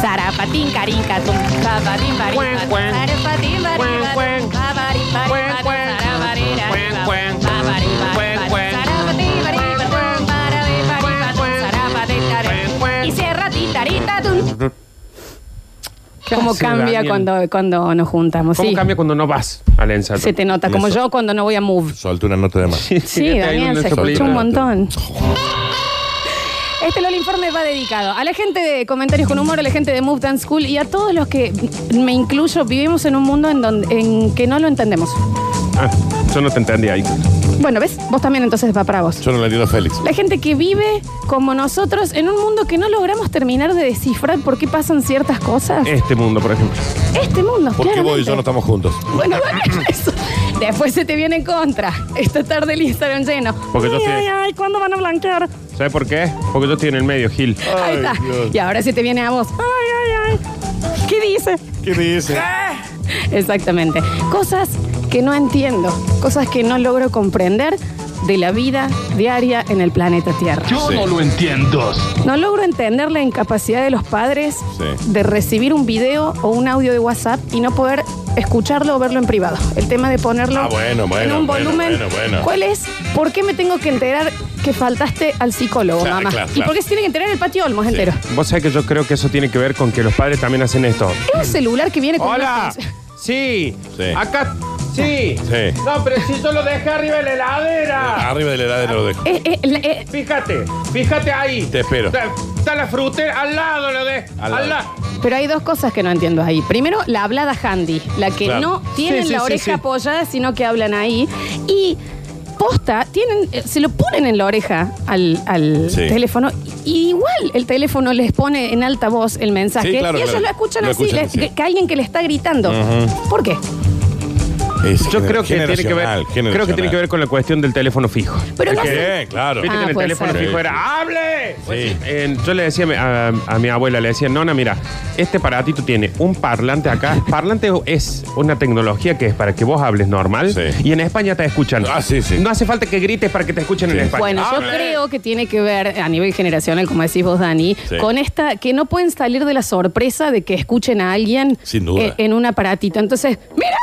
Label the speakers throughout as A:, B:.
A: Zapatín, carín, catum. Zapatín, barín,
B: Cuén, cuén.
A: Zapatín, barín,
B: Cuén,
A: batum.
B: cuén.
A: Zaparín, barín,
B: Cuén,
A: batum.
B: cuén.
A: Zarabarín,
B: Cuén,
A: barín,
B: cuén.
A: batum. Zaparín, barín,
B: Cuén,
A: batum.
B: cuén.
A: Zarapatín, barín, batum. Barabí, barín,
B: Cuén,
A: batum.
B: cuén.
A: Zarapatín, tarín.
B: Cuén, cuén.
A: Y cierra titarita, tun. ¿Cómo
B: hace,
A: cambia
B: Daniel?
A: cuando, cuando nos juntamos?
B: ¿Cómo
A: Sí,
B: cambia cuando no vas al ensayo?
A: se te nota. Como
C: Eso.
A: yo cuando no voy a Move.
C: Soltó una nota de más.
A: Sí, Daniel, se escuchó un
C: soplina.
A: montón. Este LOL Informe va dedicado a la gente de Comentarios con Humor, a la gente de Move Dance School y a todos los que, me incluyo, vivimos en un mundo en, donde, en que no lo entendemos.
B: Ah, yo no te entendí ahí.
A: Bueno, ¿ves? Vos también entonces va para vos.
C: Yo no la entiendo a Félix.
A: La gente que vive como nosotros en un mundo que no logramos terminar de descifrar por qué pasan ciertas cosas.
B: Este mundo, por ejemplo.
A: Este mundo,
C: ¿Por qué vos y
A: claramente.
C: yo no estamos juntos?
A: Bueno, bueno, eso. Después se te viene en contra. Esta tarde el Instagram lleno.
B: Porque yo
A: ay,
B: estoy-
A: ay, ay, ¿cuándo van a blanquear?
B: ¿Sabes por qué? Porque yo estoy en el medio, Gil.
A: Ahí
C: Ay,
A: está.
C: Dios.
A: Y ahora sí te viene a vos. Ay, ay, ay. ¿Qué dice?
C: ¿Qué dice?
A: Exactamente. Cosas que no entiendo, cosas que no logro comprender de la vida diaria en el planeta Tierra.
D: Yo no lo entiendo.
A: No logro entender la incapacidad de los padres
C: Sí.
A: de recibir un video o un audio de WhatsApp y no poder escucharlo o verlo en privado. El tema de ponerlo
C: Ah, bueno,
A: en
C: bueno,
A: un
C: bueno,
A: volumen.
C: bueno, bueno.
A: ¿Cuál es? ¿Por qué me tengo que enterar que faltaste al psicólogo,
C: Claro,
A: mamá?
C: claro,
A: ¿Y
C: claro.
A: por qué se tiene que enterar el patio Olmos entero?
B: Vos sabés que yo creo que eso tiene que ver con que los padres también hacen esto.
A: Es un celular que viene con una
B: ¡Hola!
A: función-
B: Sí.
C: Sí.
B: Acá. Sí.
C: Sí.
B: No, pero si yo lo dejé arriba de la heladera.
C: Arriba de la heladera lo dejo.
A: Eh, eh, la- eh,
B: Fíjate, fíjate ahí.
C: Te espero.
B: Está, está la frutera al lado, lo de.
C: Al lado.
A: pero hay dos cosas que no entiendo ahí. Primero, la hablada handy, la que
C: Claro.
A: no tienen
B: Sí, sí,
A: la
B: sí,
A: oreja
B: sí.
A: apoyada, sino que hablan ahí. Y posta, tienen, eh, se lo ponen en la oreja al, al
C: Sí.
A: teléfono. Y igual el teléfono les pone en alta voz el mensaje.
C: Sí, claro,
A: y ellos
C: claro.
A: lo escuchan
C: Lo
A: así,
C: escuchan
A: les-
C: así.
A: Que, que alguien que le está gritando. ¿Por qué?
C: Es
B: Yo creo que tiene que ver.
C: generacional, generacional.
B: Creo que tiene que ver con la cuestión del teléfono fijo.
A: Pero no
C: Sí,
A: sé.
C: claro.
B: Viste
A: Ah,
B: que en el
A: puede
B: teléfono
A: ser.
B: fijo
C: Sí,
B: era ¡Hable!
C: Sí.
B: Eh, yo le decía a mi- a, a mi abuela, le decía, Nona, mira, este aparatito tiene un parlante acá. Parlante es una tecnología que es para que vos hables normal
C: Sí.
B: y en España te escuchan.
C: Ah, sí, sí.
B: No hace falta que grites para que te escuchen en
C: Sí.
B: España.
A: Bueno, yo
B: ¡Hable!
A: creo que tiene que ver a nivel generacional, como decís vos, Dani,
C: Sí.
A: con esta que no pueden salir de la sorpresa de que escuchen a alguien
C: Sin duda.
A: eh, en un aparatito. Entonces, mira,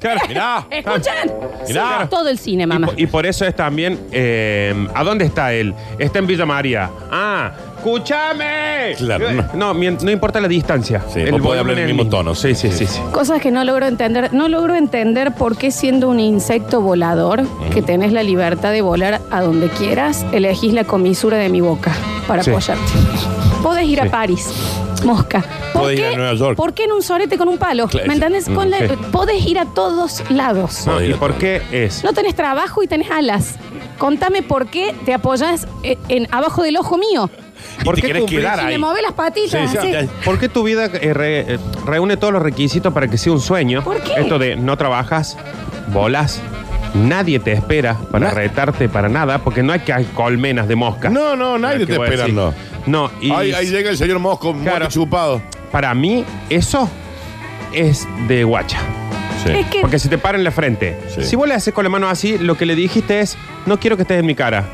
C: Claro, mirá.
A: escuchan Sí,
C: Mirá.
A: todo el cine,
B: Y
A: mamá.
B: po- Y, por eso es también. eh, ¿A dónde está él? Está en Villa María. ¡Ah! ¡Escúchame!
C: Claro,
B: Eh,
C: no.
B: No, mien- no importa la distancia.
C: Sí, vos podés
B: volumen
C: hablar en el
B: es
C: mismo tono, sí,
B: Sí, sí, sí.
C: sí.
B: sí.
A: Cosas que no logro entender. No logro entender por qué siendo un insecto volador, que tenés la libertad de volar a donde quieras, elegís la comisura de mi boca para
B: Sí.
A: apoyarte. Podés ir a
B: Sí.
A: París, mosca. ¿Por
C: Podés ir
A: qué-
C: a Nueva York.
A: ¿Por qué en un sorete con un palo?
C: Claro. Mm,
A: ¿Me entendés? Con la-
B: Sí.
A: Podés ir a todos lados.
B: No, ¿Y
C: Podría
B: por qué
C: también.
B: es?
A: No tenés trabajo y tenés alas. Contame por qué te apoyás eh, en, abajo del ojo mío.
C: Y
B: ¿Por
C: te
B: qué
C: querés
B: cumplís?
C: quedar
A: Y me
C: ahí.
A: mueve las patitas.
C: Sí, sí,
A: así.
C: sí.
B: ¿Por qué tu vida eh, re- eh, reúne todos los requisitos para que sea un sueño?
A: ¿Por qué?
B: Esto de no trabajas, bolas, nadie te espera para
C: Na-
B: retarte para nada, porque no hay que hay colmenas de mosca.
C: No, no, nadie te espera, no.
B: No, y
C: Ahí, ahí llega el señor Mosco, muy
B: Claro.
C: chupado.
B: para mí eso es de guacha.
C: Sí.
A: Es que-
B: Porque se te para en la frente.
C: Sí.
B: Si vos le haces con la mano así, lo que le dijiste es, no quiero que estés en mi cara.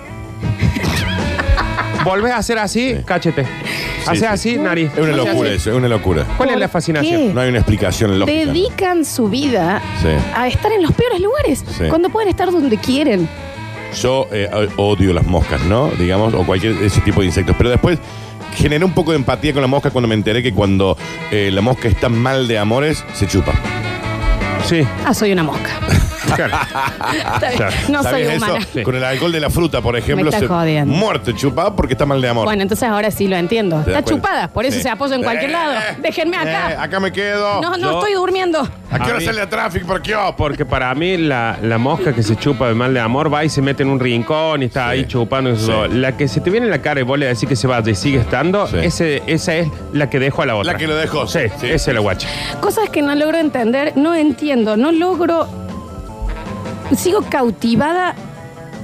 B: Volvés a hacer así,
C: Sí.
B: cachete.
C: Sí,
B: Haces
C: sí.
B: así, nariz.
C: Es una
B: Haces
C: locura
B: así.
C: eso, es una locura.
B: ¿Cuál es
A: ¿Por
B: la fascinación?
A: qué?
C: No hay una explicación lógica.
A: dedican su vida
C: Sí.
A: a estar en los peores lugares,
C: Sí.
A: cuando pueden estar donde quieren.
C: Yo eh, odio las moscas, ¿no? Digamos, o cualquier ese tipo de insectos. Pero después generé un poco de empatía con la mosca cuando me enteré que cuando eh, la mosca está mal de amores, se chupa.
B: Sí.
A: Ah, soy una mosca.
B: Claro.
A: Está bien. No soy
C: ¿Sabías
A: humana.
C: eso? Con el alcohol de la fruta, por ejemplo,
A: Me está
C: se
A: jodiendo.
C: muerte chupada porque está mal de amor.
A: Bueno, entonces ahora sí lo entiendo.
C: ¿Te das
A: Está
C: cuenta?
A: chupada, por eso
C: Sí.
A: se apoya en cualquier
C: Eh,
A: lado. Déjenme
C: eh,
A: acá.
C: acá me quedo.
A: No, no
B: yo-
A: estoy durmiendo.
C: ¿A qué
B: A
C: hora
B: mí-
C: sale la tráfico? ¿Por qué? Oh, por-
B: Porque para mí la, la mosca que se chupa de mal de amor va y se mete en un rincón y está
C: Sí.
B: ahí chupando.
C: Sí.
B: eso. La que se te viene en la cara y vos le decís que se va y sigue estando,
C: Sí.
B: ese, esa es la que dejo a la otra.
C: La que lo dejó.
B: Sí,
C: Sí.
B: esa es la guacha.
A: Cosas que no logro entender, no entiendo, no logro. Sigo cautivada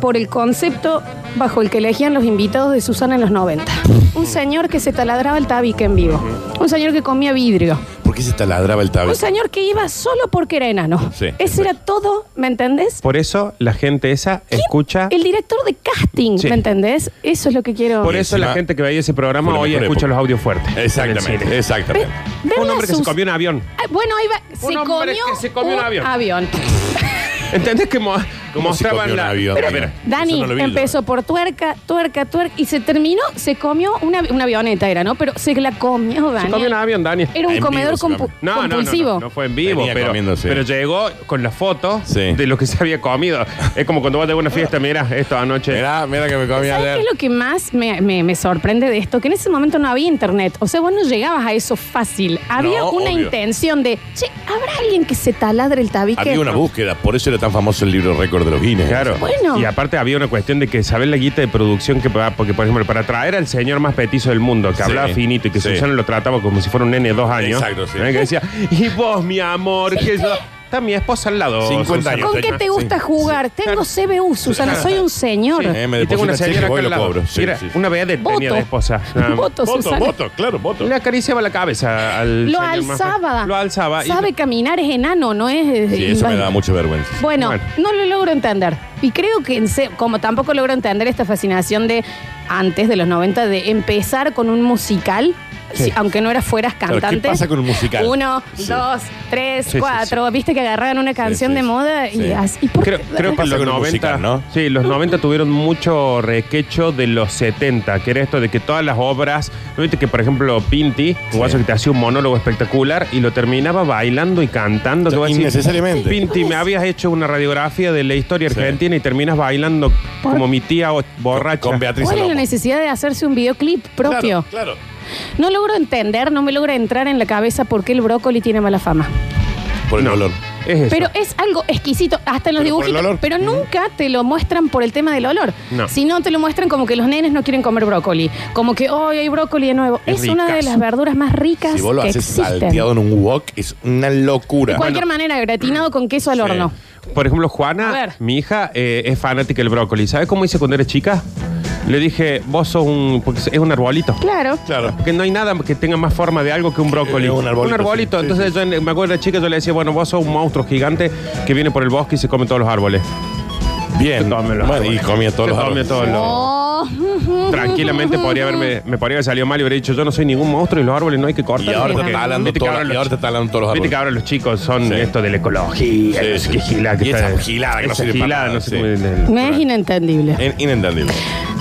A: por el concepto bajo el que elegían los invitados de Susana en los 90. Un señor que se taladraba el tabique en vivo. Un señor que comía vidrio.
C: ¿Por qué se taladraba el
A: Un
C: tabique?
A: señor que iba solo porque era enano.
C: Sí,
A: Ese era
C: exacto.
A: todo, ¿me entendés?
B: Por eso la gente esa
A: ¿Quién?
B: escucha.
A: El director de casting,
B: Sí.
A: ¿me entendés? Eso es lo que quiero.
B: Por e- eso
C: Encima-
B: la gente que veía ese programa
C: Fue la
B: hoy
C: mejor
B: escucha
C: época.
B: los audios fuertes. en el
C: Exactamente,
B: cine.
C: exactamente.
A: Ver
B: Un
A: a
B: hombre que se
A: Sus-
B: comió un avión.
A: Ay, bueno, ahí va. Se
B: hombre
A: comió,
B: que se comió un avión. ¿Entendés que mo- mostraban
C: comió un
B: la.
C: avión,
B: Espera,
C: Dani?
B: espera.
A: Dani
C: Eso no lo vi yo.
A: empezó por tuerca, tuerca, tuerca y se terminó, se comió una, una avioneta, era, ¿no? Pero se la comió, Dani.
B: Se comió un avión, Dani.
A: Era un
C: En
A: comedor
C: vivo se
A: compu-
C: comió.
B: No, no, no,
A: compulsivo.
B: no, no fue en vivo,
C: Venía
B: pero,
C: comiéndose.
B: pero llegó con la foto
C: Sí.
B: de lo que se había comido. Es como cuando vas a una fiesta, mira, esto anoche.
C: Mirá, mira que me comí
A: ¿Sabes
C: ayer.
A: qué es lo que más me, me- me sorprende de esto? Que en ese momento no había internet. O sea, vos no llegabas a eso fácil. Había
C: No,
A: una
C: obvio.
A: intención de, che, ¿habrá alguien que se taladre el tabique?
C: Había una búsqueda, por eso era tan famoso el libro récord de los Guinness.
B: Claro.
A: Bueno.
B: Y aparte había una cuestión de que saber la guita de producción que pagaba, porque por ejemplo, para traer al señor más petizo del mundo, que
C: Sí,
B: hablaba finito y que
C: sí.
B: Susana lo trataba como si fuera un nene de dos años.
C: Exacto, sí.
B: ¿no? Que decía, y vos, mi amor, que yo. Está mi esposa al lado.
C: 50
B: Susana".
C: años.
A: ¿Con qué te
C: Sí,
A: gusta jugar? Tengo CBU, Susana, soy un señor.
B: Sí.
C: Eh, me
B: y tengo una
C: deposita cheque,
B: señora
C: voy
B: acá
C: y
B: al
C: lo
B: lado.
C: cobro. Sí,
B: Mira,
C: sí.
B: una vedette tenía
A: Voto.
B: de esposa. Nada más.
A: Voto,
C: Voto,
A: Susana.
C: voto, claro, voto.
B: Le acariciaba la cabeza al
A: Lo
B: señor más-
A: alzaba.
B: Lo alzaba. y-
A: Sabe caminar, es enano, no es. eh,
C: Sí, eso me
A: inválido.
C: daba mucha vergüenza.
A: Bueno,
B: Bueno.
A: no lo logro entender. Y creo que, en se- como tampoco logro entender esta fascinación de antes de los 90, de empezar con un musical,
B: Sí.
A: si- aunque no eras fueras
C: Claro, ¿qué
A: cantante.
C: pasa con un musical?
A: Uno,
C: Sí.
A: dos, tres,
B: Sí, sí,
A: cuatro. Viste que agarraban una canción
C: sí,
A: de
C: sí.
A: moda y
C: Sí.
A: así. ¿y por
B: Creo,
A: qué?
B: creo que
C: Pasa
B: los
C: con
B: 90,
C: el musical, ¿no?
B: sí, los 90 tuvieron mucho requecho de los 70, que era esto de que todas las obras, ¿no viste que por ejemplo Pinti, un guaso que te hacía un monólogo espectacular y lo terminaba bailando y cantando, que vos decís,
C: Innecesariamente.
B: Pinti, me habías hecho una radiografía de la historia
C: Sí.
B: argentina y terminas bailando
A: ¿Por?
B: como mi tía o- borracha.
C: Con Beatriz
A: ¿Cuál es la
C: Salomón.
A: necesidad de hacerse un videoclip propio?
C: Claro, claro.
A: No logro entender, no me logra entrar en la cabeza por qué el brócoli tiene mala fama.
C: Por el
B: No,
C: olor.
B: Es eso.
A: Pero es algo exquisito, hasta en los
C: Pero por el
A: dibujitos.
C: olor.
A: Pero nunca te lo muestran por el tema del olor.
B: No.
A: Si no, te lo muestran como que los nenes no quieren comer brócoli. Como que hoy hay brócoli de nuevo.
B: Es
A: Es, una de
B: ricazo.
A: las verduras más ricas
C: Si vos lo
A: que
C: haces
A: existen.
C: salteado en un wok, es una
A: de
C: locura.
A: cualquier manera, gratinado con queso al
C: Sí.
A: horno.
B: Por ejemplo,
A: A ver.
B: Juana, mi hija, eh, es fanática del brócoli. ¿Sabes cómo hice cuando era chica? Le dije, vos sos un... porque es un arbolito.
A: Claro.
C: Claro.
B: Que no hay nada que tenga más forma de algo que un brócoli.
C: Eh, un arbolito, sí, sí,
B: Entonces yo me acuerdo de la chica, yo le decía, bueno, vos sos un monstruo gigante que viene por el bosque y se come todos los árboles.
C: Bien.
B: Come los
C: Bueno, y
B: árboles.
C: comía todos
B: Se
C: los
B: come
C: árboles.
B: todos los-
A: Oh.
B: Tranquilamente podría haberme, me podría haber salido mal y hubiera dicho, yo no soy ningún monstruo y los árboles no hay que cortar.
C: Y ahora
B: porque-
C: está talando
B: Viste que
C: todo-
B: ahora los-
C: y ahora está talando todos los
B: Viste que
C: árboles.
B: ahora los chicos son
C: Sí.
B: esto de la ecología,
C: Sí,
B: no sé
C: sí.
B: qué gilada que
C: Y
B: está-
C: esa gilada que no
B: esa
C: sirve para
B: gilada,
C: nada,
B: no sé
C: sí.
B: cómo-
A: Me es inentendible.
C: En- Inentendible.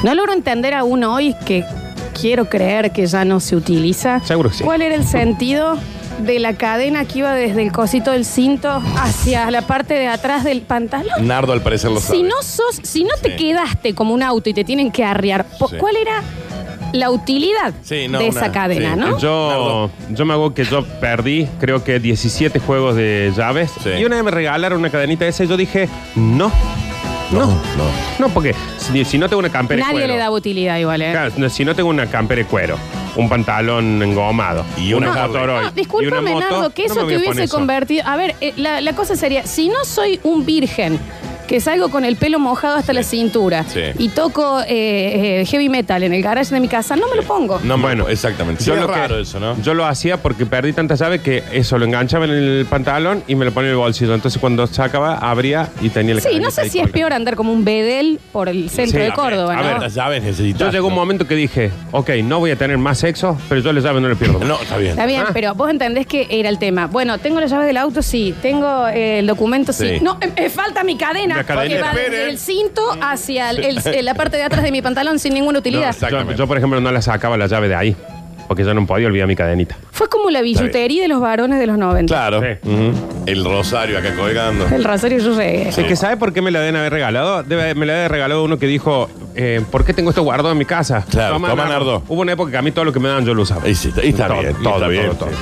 A: No logro entender aún hoy que quiero creer que ya no se utiliza.
B: Seguro que sí.
A: ¿Cuál era el sentido de la cadena que iba desde el cosito del cinto hacia la parte de atrás del pantalón?
C: Nardo al parecer lo sabe.
A: Si no sos, si no te
C: Sí.
A: quedaste como un auto y te tienen que arriar, po-
C: Sí.
A: ¿cuál era la utilidad
C: Sí, no,
A: de esa
C: una-
A: cadena,
C: sí.
A: no?
B: Yo, yo me hago que yo perdí, creo que 17 juegos de llaves.
C: Sí.
B: Y una vez me regalaron una cadenita esa y yo dije, no,
C: No,
B: no,
C: no.
B: no. porque si, si no tengo una campera de
A: Nadie
B: cuero.
A: le daba utilidad igual, ¿eh?
B: Claro, no, si no tengo una campera de cuero, un pantalón engomado
C: Y una
B: moto
C: Harley.
A: No, discúlpame, Nardo, que eso te hubiese convertido. A ver, eh, la, la cosa sería: si no soy un virgen que salgo con el pelo mojado hasta la cintura
C: Sí.
A: y toco eh, eh, heavy metal en el garage de mi casa, no me lo pongo.
C: No,
B: Bueno,
C: bueno, exactamente. Sí,
B: Yo
C: es
B: lo que-
C: raro eso, ¿no?
B: Yo lo hacía porque perdí tanta llave que eso lo enganchaba en el pantalón y me lo ponía en el bolsillo. Entonces cuando sacaba, abría y tenía el
A: Sí, no sé si es peor andar como un bedel por el centro
B: Sí,
A: de
B: a ver,
A: Córdoba,
B: a
A: ¿no?
B: ver,
C: Las llaves
B: Yo
C: necesitas.
B: llegó un
C: ¿no?
B: momento que dije, ok, no voy a tener más sexo, pero yo las llaves no le pierdo. más.
C: No, está bien.
A: Está bien,
B: Ah.
A: pero vos entendés que era el tema. Bueno, tengo las llaves del auto, sí. Tengo eh, el documento, sí.
C: Sí.
A: No, eh, eh, falta mi cadena.
B: La cadena.
A: que va desde
C: Esperen.
A: el cinto hacia el- el- eh, la parte de atrás de mi pantalón sin ninguna utilidad.
C: No,
B: Yo,
C: Exactamente.
B: yo, por ejemplo, no la sacaba la llave de ahí, porque yo no podía olvidar mi cadenita.
A: Fue como la billutería de los varones de los 90.
C: Claro.
B: Sí.
C: Ujú. El rosario acá colgando.
A: El rosario yo regué.
B: Es que ¿sabe por qué me la deben haber regalado? Debe- me la deben haber regalado uno que dijo, eh, ¿por qué tengo esto guardado en mi casa?
C: Claro, toma, Nardo.
B: Hubo una época que a mí todo lo que me daban yo lo usaba.
C: Ahí sí, ahí está
B: Todo,
C: bien. ahí
B: todo,
C: está
B: todo,
C: bien,
B: todo.
C: sí.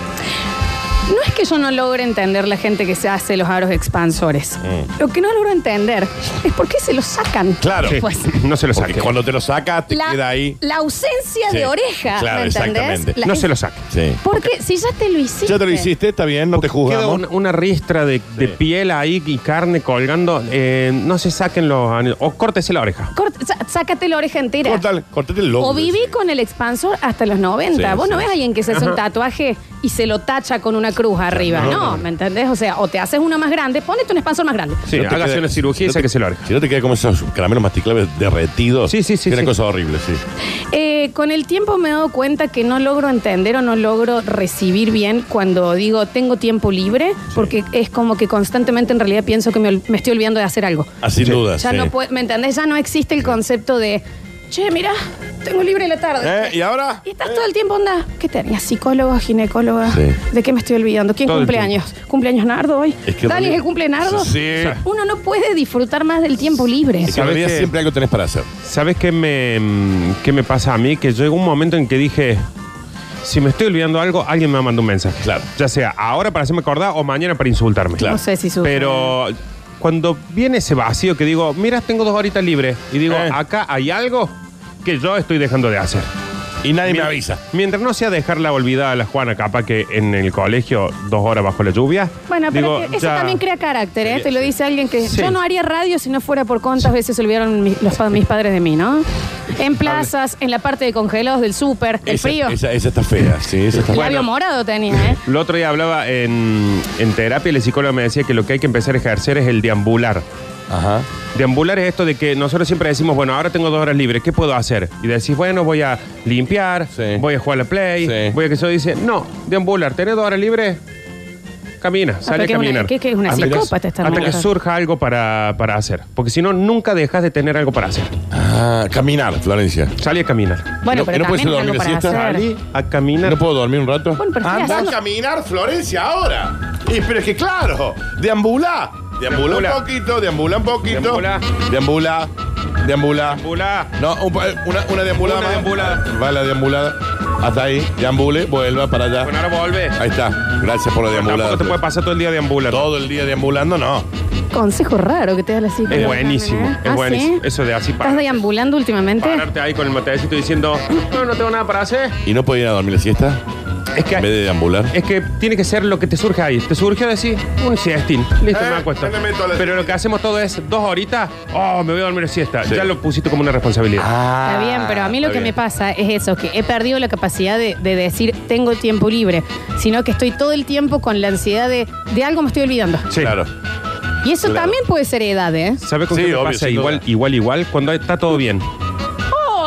A: No es que yo no logre entender la gente que se hace los aros expansores. Lo que no logro entender es por qué se los sacan.
C: Mm. Claro.
B: Sí,
A: Pues,
B: no se lo
C: Porque
B: saque.
C: cuando te lo sacas, te queda ahí.
A: la ausencia
C: Sí,
A: de oreja,
C: claro,
A: ¿me entendés?
C: exactamente.
A: La-
B: No se lo saque.
C: Sí.
A: Porque si ya te lo hiciste.
C: Ya te lo hiciste, está bien, no te
B: Queda
C: juzgamos.
B: una, una ristra de, de
C: Sí.
B: piel ahí y carne colgando. Eh, no se saquen los anillos. O córtese la oreja.
A: Corta- sa- sácate la oreja entera.
C: Cortale, cortate el lomo.
A: O viví con el expansor hasta los 90.
C: Sí,
A: Vos no
C: sí.
A: ves a alguien que se hace un tatuaje y se lo tacha con una cruz arriba. No, ¿me entendés? O sea, o te haces uno más grande, ponete un expansor más grande.
B: Sí,
C: No te
B: hágase
C: queda-
B: una cirugía y
C: no te-
B: sáquese la oreja.
C: Si no te queda como esos caramelos masticlaves derretidos.
B: Sí, sí, sí,
C: Es una
B: sí.
C: cosa horrible, sí.
A: Eh, con el tiempo me he dado cuenta que no logro entender o no logro recibir bien cuando digo tengo tiempo libre, porque es como que constantemente en realidad pienso que me, ol- me estoy olvidando de hacer algo.
C: Ah, sin
B: Sí.
C: duda.
A: Ya
C: sí.
A: no puede- ¿me entendés? Ya no existe el concepto de, che, mira, tengo libre la tarde.
C: ¿Eh? ¿Y ahora?
A: Y estás todo el tiempo, onda, ¿qué tenías? ¿Psicólogo, ginecóloga?
C: Sí.
A: ¿De qué me estoy olvidando? ¿Quién
B: Todo el
A: cumple años? ¿Cumpleaños Nardo hoy?
C: Es
A: ¿Dani
C: que
A: es
C: realmente-
A: el cumple Nardo?
C: Sí.
A: Uno no puede disfrutar más del tiempo libre.
C: Es que en realidad
B: ¿Sabes qué?
C: siempre algo tenés para hacer.
B: ¿Sabes qué me, mm, qué me pasa a mí? Que llegó un momento en que dije, si me estoy olvidando algo, alguien me va a mandar un mensaje.
C: Claro.
B: Ya sea ahora para hacerme acordar o mañana para insultarme.
C: Claro.
A: No sé si sucede.
B: Pero cuando viene ese vacío que digo, mira, tengo dos horitas libres, y digo,
C: Eh.
B: acá hay algo que yo estoy dejando de hacer.
C: Y nadie me
B: Mien-
C: avisa.
B: Mientras no sea dejarla olvidada a la Juana, capaz que en el colegio dos horas bajo la lluvia.
A: Bueno, pero
B: digo,
A: que eso
B: ya-
A: también crea carácter, ¿eh?
C: Sí,
A: Te lo dice alguien que
B: Sí.
A: yo no haría radio si no fuera por cuántas veces se olvidaron mi- los, pa- mis padres de mí, ¿no? En plazas, en la parte de congelados del súper, el
C: Esa-
A: frío.
C: Esa, esa está fea, sí, esa está
A: El
C: fea.
A: labio morado tenía, ¿eh?
B: El otro día hablaba en, en terapia y el psicólogo me decía que lo que hay que empezar a ejercer es el deambular.
C: Ajá.
B: Deambular es esto de que nosotros siempre decimos, bueno, ahora tengo dos horas libres, ¿qué puedo hacer? Y decís, bueno, voy a limpiar,
C: Sí.
B: voy a jugar a la play,
C: Sí.
B: voy a que eso. Dice, no, deambular, ¿tenés dos horas libres? Camina, sale
A: Ah, pero
B: a
A: que es una-
B: caminar.
A: que- que es una
B: Hasta
A: psicópata esta
B: Hasta que
A: mujer.
B: surja algo para, para hacer. Porque si no, nunca dejas de tener algo para hacer.
C: Ah, caminar, Florencia.
B: Salí a caminar.
A: Bueno,
C: No-
A: pero
C: no
A: también
C: puede ser
A: es algo
C: dormir
A: para
C: siesta,
A: hacer.
B: Salí a caminar.
C: ¿No puedo dormir un rato?
A: Bueno, pero
B: Ah,
A: estoy
C: Anda a
A: haciendo-
C: caminar, Florencia, ahora. Y pero es que claro, deambula. Deambula un
B: Deambula.
C: poquito, deambula un poquito.
B: Deambula.
C: Deambula. Deambula.
B: Deambular.
C: No, un pa- una, una deambulada
B: Una
C: más.
B: deambulada.
C: Va la deambulada. Hasta ahí. Deambule, vuelva para allá.
B: Bueno, ahora vuelve.
C: Ahí está. Gracias por la deambulada.
B: Tampoco te puede pasar todo el día deambular.
C: Todo el día deambulando, no.
A: Consejo raro que te da la psicóloga.
B: Es buenísimo,
A: ¿eh?
B: es
A: ¿Ah,
B: buenísimo.
A: sí?
B: Eso de así para.
A: ¿Estás deambulando últimamente?
B: Pararte ahí con el matecito diciendo, no, no tengo nada para hacer.
C: ¿Y no podía ir a dormir la siesta?
B: Es
C: En vez
B: que,
C: de deambular.
B: es que tiene que ser lo que te surge ahí. Te surgió decir, un siestín. Listo,
C: Eh,
B: me acuesto.
C: me meto a la
B: Pero lo que hacemos todo es dos horitas, oh, me voy a dormir siesta. Ya lo pusiste como una responsabilidad.
C: Ah,
A: Está bien, pero a mí lo que
C: está
A: me
C: bien.
A: pasa es eso, que he perdido la capacidad de, de decir tengo tiempo libre, sino que estoy todo el tiempo con la ansiedad de, de algo me estoy olvidando.
B: Sí.
C: Claro.
A: Y eso también puede ser edad, ¿eh?
B: ¿Sabes con
C: Sí,
B: qué me
C: obvio,
B: pasa?
C: sin
B: Igual,
C: duda.
B: igual, igual, cuando está todo bien.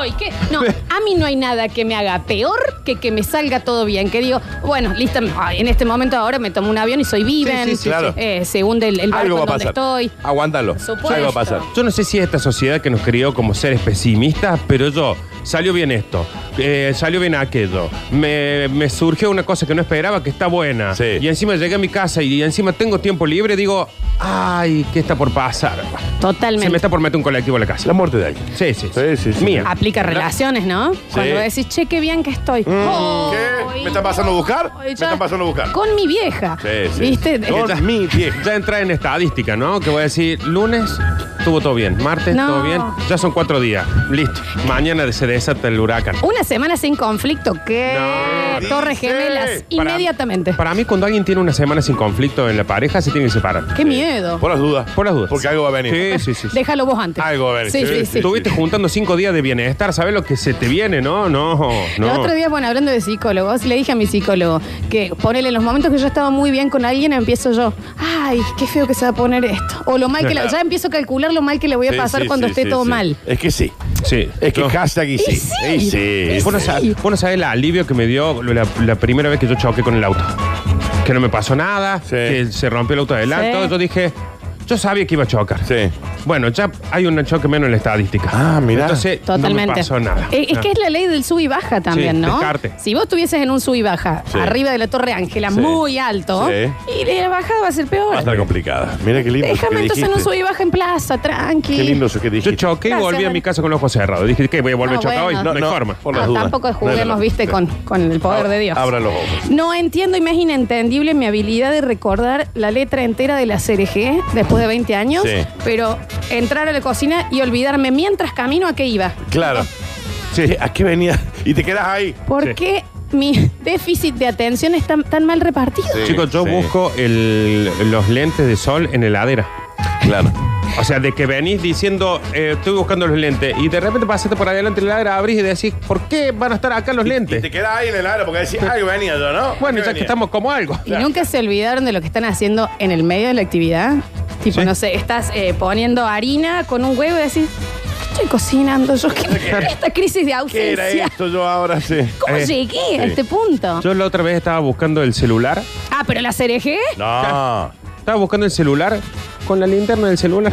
A: ¡Ay, qué! No, a mí no hay nada que me haga peor que que me salga todo bien. Que digo, bueno, listo, ay, en este momento ahora me tomo un avión y soy viven.
C: sí, sí, claro.
A: eh, se hunde el, el barco
C: Algo va
A: en
C: a
A: donde
C: pasar.
A: estoy.
C: Aguántalo.
A: Supuesto.
C: Algo va a pasar.
B: Yo no sé si es esta sociedad que nos crió como seres pesimistas, pero yo, salió bien esto, eh, salió bien aquello, me, me surgió una cosa que no esperaba que está buena,
C: Sí.
B: y encima llegué a mi casa y, encima tengo tiempo libre, digo, ay, ¿qué está por pasar? Se me
A: Totalmente.
B: está por meter un colectivo a la casa.
C: La muerte de alguien.
B: Sí, sí, sí.
C: Sí, sí, sí.
B: Mía.
A: Aplica relaciones, ¿no? Cuando decís, che, qué bien que estoy.
C: Mm.
A: Oh,
C: ¿Qué? ¿Me está pasando a buscar? ¿Me está pasando a buscar?
A: Con mi vieja.
C: Sí, sí.
A: ¿Viste?
C: Con
B: Ya-
C: mi vieja.
B: Ya entra en estadística, ¿no? Que voy a decir, lunes estuvo todo bien, martes
A: No.
B: todo bien, ya son cuatro días, listo. Mañana se desata el huracán.
A: Una semana sin conflicto, ¿qué?
B: No,
A: Torres
C: dice.
A: gemelas,
B: Para-
A: inmediatamente.
B: Para mí, cuando alguien tiene una semana sin conflicto en la pareja, se tiene que separar.
A: qué miedo.
C: Por las dudas.
B: Por las dudas.
C: Porque algo va a venir.
B: Sí, sí, sí. sí.
A: Déjalo vos antes.
C: Algo, a ver,
A: Sí,
C: sí,
A: sí,
C: sí.
A: sí.
B: Estuviste juntando cinco días de bienestar, ¿sabes lo que se te viene? No, no,
A: El
B: no.
A: otro día, bueno, hablando de psicólogos, le dije a mi psicólogo que ponele en los momentos que yo estaba muy bien con alguien, empiezo yo, ay, qué feo que se va a poner esto. O lo mal que la- ya empiezo a calcular lo mal que le voy a
C: Sí,
A: pasar
C: sí,
A: cuando
C: sí,
A: esté
C: sí,
A: todo
C: sí.
A: mal.
C: Es que sí.
B: Sí.
C: Es que
B: No.
C: hashtag y sí.
A: sí.
C: Y sí.
B: Vos no sabés, vos no sabés el alivio que me dio la, la primera vez que yo choqué con el auto. Que no me pasó nada,
C: Sí.
B: que se rompió el auto adelante.
A: Sí.
B: Yo dije, Yo sabía que iba a chocar.
C: Sí.
B: Bueno, ya hay un choque menos en la estadística.
C: Ah, mirá.
B: Entonces,
A: Totalmente.
B: no me pasó nada.
A: Eh,
C: Ah.
A: Es, que es la ley del sub y baja también,
B: Sí,
A: ¿no?
B: descarte.
A: Si vos estuvieses en un sub y baja,
C: Sí.
A: arriba de la Torre Ángela,
C: Sí.
A: muy alto,
C: Sí.
A: y la bajada va a ser
C: Va a
A: peor.
C: estar complicada. Mira qué lindo. eso que
A: Déjame entonces en un
C: dijiste.
A: sub y baja en plaza, tranqui.
C: Qué lindo eso que
B: Yo
C: dijiste.
B: choqué y
A: Gracias,
B: volví a
A: Dani.
B: mi casa con los ojos cerrados. Dije que voy a volver
A: No,
B: chocado
A: bueno.
B: y
A: No,
B: no, hay
C: no.
B: forma.
C: Por las
A: No,
C: dudas.
A: Ah, tampoco
C: No, no,
A: juguemos,
C: no.
A: viste, con, con el poder de Dios.
C: Abra los ojos.
A: No entiendo y me es inentendible mi habilidad de recordar la letra entera de la CRG después de 20 años,
C: Sí.
A: pero entrar a la cocina y olvidarme mientras camino a qué iba.
C: Claro. Sí, ¿a qué venía? Y te quedas ahí.
A: ¿Por
B: Sí.
A: qué mi déficit de atención está tan mal repartido?
C: Sí,
B: Chicos, yo
C: eh, sí.
B: busco el- los lentes de sol en heladera.
C: Claro.
B: O sea, de que venís diciendo, eh, estoy buscando los lentes, y de repente pasaste por adelante la heladera, abrís y decís, ¿por qué van a estar acá los
C: Y
B: lentes?
C: te quedas ahí en el área porque decís, ah, que venía yo, ¿no?
B: Bueno,
C: ¿Qué
B: ya que
C: venía?
B: estamos como algo.
A: ¿Y nunca se olvidaron de lo que están haciendo en el medio de la actividad? Tipo,
B: Sí.
A: no sé, estás eh, poniendo harina con un huevo y decís, ¿qué estoy cocinando yo? ¿Qué- Esta crisis de
C: ¿Qué era
A: ausencia.
C: esto yo ahora? Sí.
A: ¿Cómo
B: Eh,
A: llegué a este punto?
B: Yo la otra vez estaba buscando el celular.
A: Ah, pero la cereje.
C: No.
B: Estaba buscando el celular con la linterna del celular.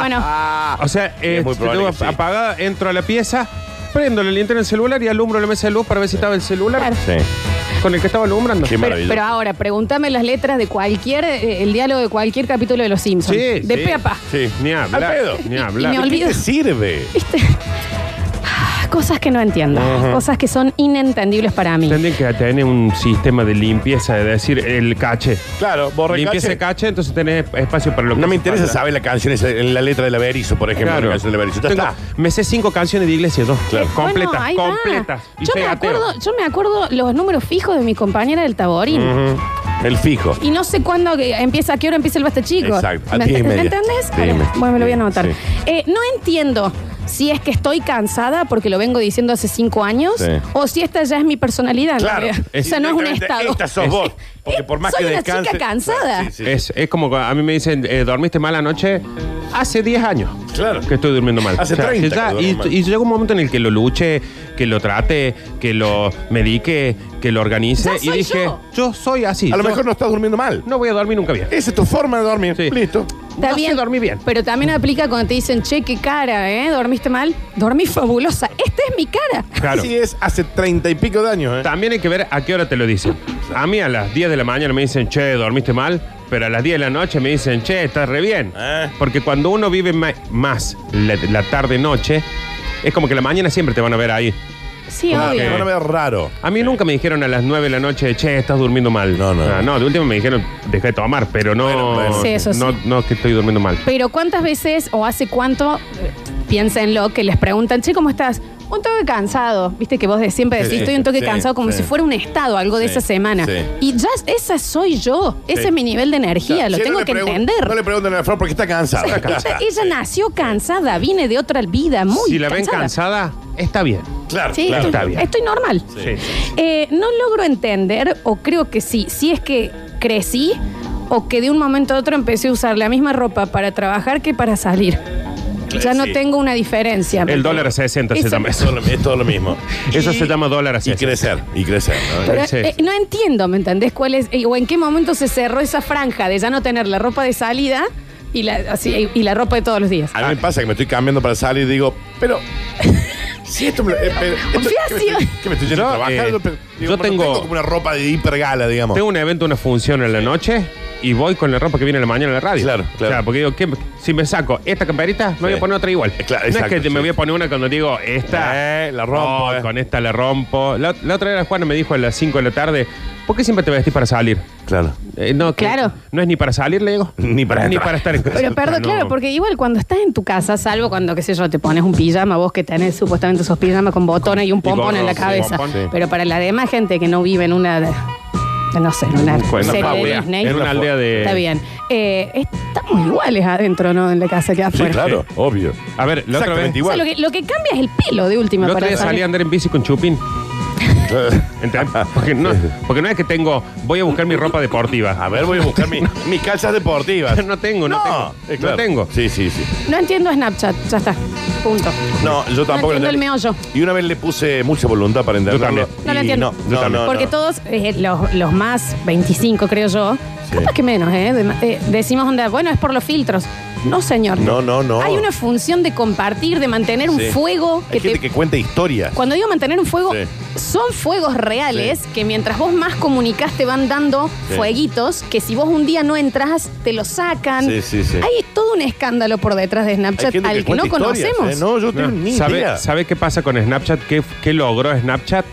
A: Bueno,
B: O sea, eh,
C: muy probable
B: tengo
C: que Ah, sí.
B: apagada, entro a la pieza, prendo la linterna del celular y alumbro la mesa de luz para ver si estaba el celular
A: Claro.
C: Sí.
B: con el que estaba alumbrando.
C: Qué
A: pero,
C: maravilloso.
A: pero ahora, pregúntame las letras de cualquier, eh, el diálogo de cualquier capítulo de Los Simpsons.
B: Sí,
A: de
B: sí.
A: pe a pa.
C: Sí.
B: Ni hablar.
C: Al pedo.
B: Ni
A: Y me
B: hablar.
A: olvidé.
C: ¿Qué te sirve?
A: Cosas que no entiendo. Cosas que son inentendibles para mí. Eh,
B: Tendrían que tener un sistema de limpieza, de decir el cache.
C: Claro, borra el
B: Limpieza
C: cache.
B: el cache, entonces tenés espacio para lo que
C: No me
B: hace
C: interesa
B: falta.
C: saber la canción, esa- la letra de la Berizo, por ejemplo.
B: Claro.
C: La canción de la Berizo. Ya
B: Tengo-
C: está.
B: me sé cinco canciones de Iglesia 2.
C: Claro.
A: Eh, Bueno,
B: Completas,
A: ahí va.
B: completas. Y
A: Yo
B: soy
A: me,
B: ateo.
A: acuerdo, yo me acuerdo los números fijos de mi compañera del Taborín.
C: El fijo.
A: Y no sé cuándo que empieza, a qué hora empieza el basta chico.
C: Exacto, a
A: ¿Me,
C: diez y
A: me
C: media.
A: entendés?
C: Diez y
A: Ahora,
C: media.
A: Bueno, me lo voy a
C: Sí,
A: anotar.
C: sí.
A: Eh, no entiendo si es que estoy cansada porque lo vengo diciendo hace cinco años
C: Sí.
A: o si esta ya es mi personalidad. en
C: Claro.
A: realidad. o sea, no es un
C: Directamente,
A: estado.
C: Esta sos vos. Porque
A: Eh,
C: por más
A: soy
C: que
A: una
C: descanse.
A: chica cansada.
C: Sí, sí, sí.
B: Es, es como cuando a mí me dicen, eh, ¿dormiste mal anoche? Hace 10 años
C: Claro.
B: que estoy durmiendo mal.
C: Hace
B: O sea,
C: 30
B: que ya-
C: que duermo mal.
B: y, y llega un momento en el que lo luche, que lo trate, que lo medique, que lo organice.
A: Ya
B: y
A: soy
B: dije,
A: yo.
B: yo, soy así.
C: A lo
B: Yo
C: mejor no estás durmiendo mal.
B: no voy a dormir nunca bien.
C: Esa es tu forma de dormir.
B: Sí.
C: Listo.
A: Está
B: No sé
A: bien.
B: dormir bien.
A: Pero también aplica cuando te dicen, che, qué cara, ¿eh? ¿Dormiste mal? Dormí fabulosa. Esta es mi cara.
B: Claro.
C: Así es hace treinta y pico de años. ¿eh?
B: También hay que ver a qué hora te lo dicen. A mí a las 10 de la mañana me dicen, che, dormiste mal. Pero a las 10 de la noche me dicen, che, estás re bien.
C: Eh.
B: Porque cuando uno vive ma- más la, la tarde-noche, es como que la mañana siempre te van a ver ahí.
A: Sí,
C: Claro,
A: obvio.
C: Te van a ver raro.
B: A mí nunca me dijeron a las 9 de la noche, che, estás durmiendo mal.
C: No, no.
B: Ah, no, de último me dijeron, deja de tomar, pero no.
C: Bueno, bueno.
A: Sí, eso
B: no,
A: sí.
B: no que estoy durmiendo mal.
A: Pero ¿cuántas veces o hace cuánto, eh, piénsenlo, que les preguntan, che, ¿cómo estás? Un toque cansado, viste que vos de- siempre
C: Sí,
A: decís,
C: sí,
A: estoy un toque
C: sí,
A: cansado como
C: sí.
A: si fuera un estado, algo de
C: Sí,
A: esa semana.
C: sí.
A: Y ya esa soy yo, ese
C: Sí.
A: es mi nivel de energía, lo
C: Si no
A: tengo
C: le
A: que
C: pregun-
A: entender.
C: No le pregunten a la Flor porque está cansada. Está
A: ella,
C: cansada.
A: ella nació cansada, viene de otra vida, muy
B: si la ven
A: cansada.
B: cansada, está bien.
C: Claro,
A: Sí,
C: claro.
B: está bien.
A: estoy normal.
B: Sí.
A: Eh, no logro entender, o creo que sí, si es que crecí o que de un momento a otro empecé a usar la misma ropa para trabajar que para salir. Ya no
C: sí.
A: tengo una diferencia.
B: El dólar a 60 se
A: Eso-
B: llama
C: Es
B: eso.
C: todo lo- Es todo lo mismo.
B: Eso
C: Y-
B: se llama dólar a
C: Y
B: 60.
C: crecer, y crecer. ¿no?
A: Pero,
B: Sí.
A: eh, no entiendo, ¿me entendés? ¿Cuál es, eh, o en qué momento se cerró esa franja de ya no tener la ropa de salida y la, así, y la ropa de todos los días?
C: A mí me pasa que me estoy cambiando para salir y digo, pero. Si esto me. eh, pero- esto-
A: Confía,
C: que me
A: sí.
C: estoy- que me estoy yendo a
B: Yo,
C: trabajar.
B: eh,
C: yo, pero- digo,
B: yo
C: bueno,
B: tengo-
C: como una ropa de hiper gala, digamos.
B: Tengo un evento, una función en la noche y voy con la ropa que viene en la mañana en la radio.
C: Claro, claro.
B: O sea, porque digo, ¿qué- si me saco esta camperita, me voy a poner otra igual.
C: Eh, claro,
B: no
C: exacto,
B: es que
C: sí.
B: me voy a poner una cuando digo, esta.
C: Eh, la rompo,
B: Oh,
C: eh.
B: Con esta la rompo. La, la otra vez Juana me dijo a las 5 de la tarde, ¿por qué siempre te vestís para salir?
C: Claro.
B: Eh, no, que-
A: Claro.
B: No es ni para salir, le digo.
C: Ni para
B: Ni
C: entrar.
B: para estar en casa.
A: Pero perdón,
B: No.
A: claro, porque igual cuando estás en tu casa, salvo cuando, qué sé yo, te pones un pijama, vos que tenés supuestamente esos pijamas con botones y un pompón
B: gorro,
A: en la
B: sí,
A: cabeza.
B: pompón,
C: sí.
A: Pero para la demás gente que no vive en una, no sé, en una
B: Bueno,
A: serie
B: una
A: de
B: aldea,
A: Disney.
B: en una aldea de.
A: Está bien. Eh, estamos iguales adentro, ¿no? En la casa que
C: Sí,
A: afuera.
C: claro, obvio. Ah,
B: A ver, la otra vez.
C: Exactamente
A: O sea,
C: igual.
A: lo, que, lo que cambia es el pelo de última
B: La otra
A: para
B: vez salí a
A: salir.
B: andar en bici con Chupín. ¿Entendés? Porque no, porque no es que tengo, voy a buscar mi ropa deportiva.
C: A ver, voy a buscar mi- mis calzas deportivas.
B: No tengo, no tengo.
C: eh,
B: No
C: claro.
B: tengo.
C: Sí, sí, sí.
A: No entiendo Snapchat, ya está. Punto.
C: No, yo tampoco
A: entiendo el meollo.
C: Y una vez le puse mucha voluntad para entenderlo.
B: también.
A: No lo
C: y
A: entiendo.
C: No, no, no,
A: Porque
C: no.
A: todos, eh, los, los más 25, creo yo,
C: Sí.
A: capaz que menos, ¿eh? De- eh, decimos, onda, bueno, es por los filtros. No, señor.
C: No, no, no.
A: Hay una función de compartir, de mantener un
C: Sí.
A: fuego
C: Hay
A: que
C: gente
A: te.
C: que cuenta historias.
A: Cuando digo mantener un fuego,
C: Sí.
A: son fuegos reales
C: Sí.
A: que mientras vos más comunicás te van dando
C: Sí.
A: fueguitos que si vos un día no entras, te los sacan.
C: Sí, sí, sí.
A: Hay todo un escándalo por detrás de Snapchat
C: gente
A: al que, no
C: cuenta historias,
A: conocemos.
C: ¿eh? No, yo tengo ni
B: ¿Sabe,
C: idea.
B: sabe qué pasa con Snapchat? ¿Qué, qué logró Snapchat?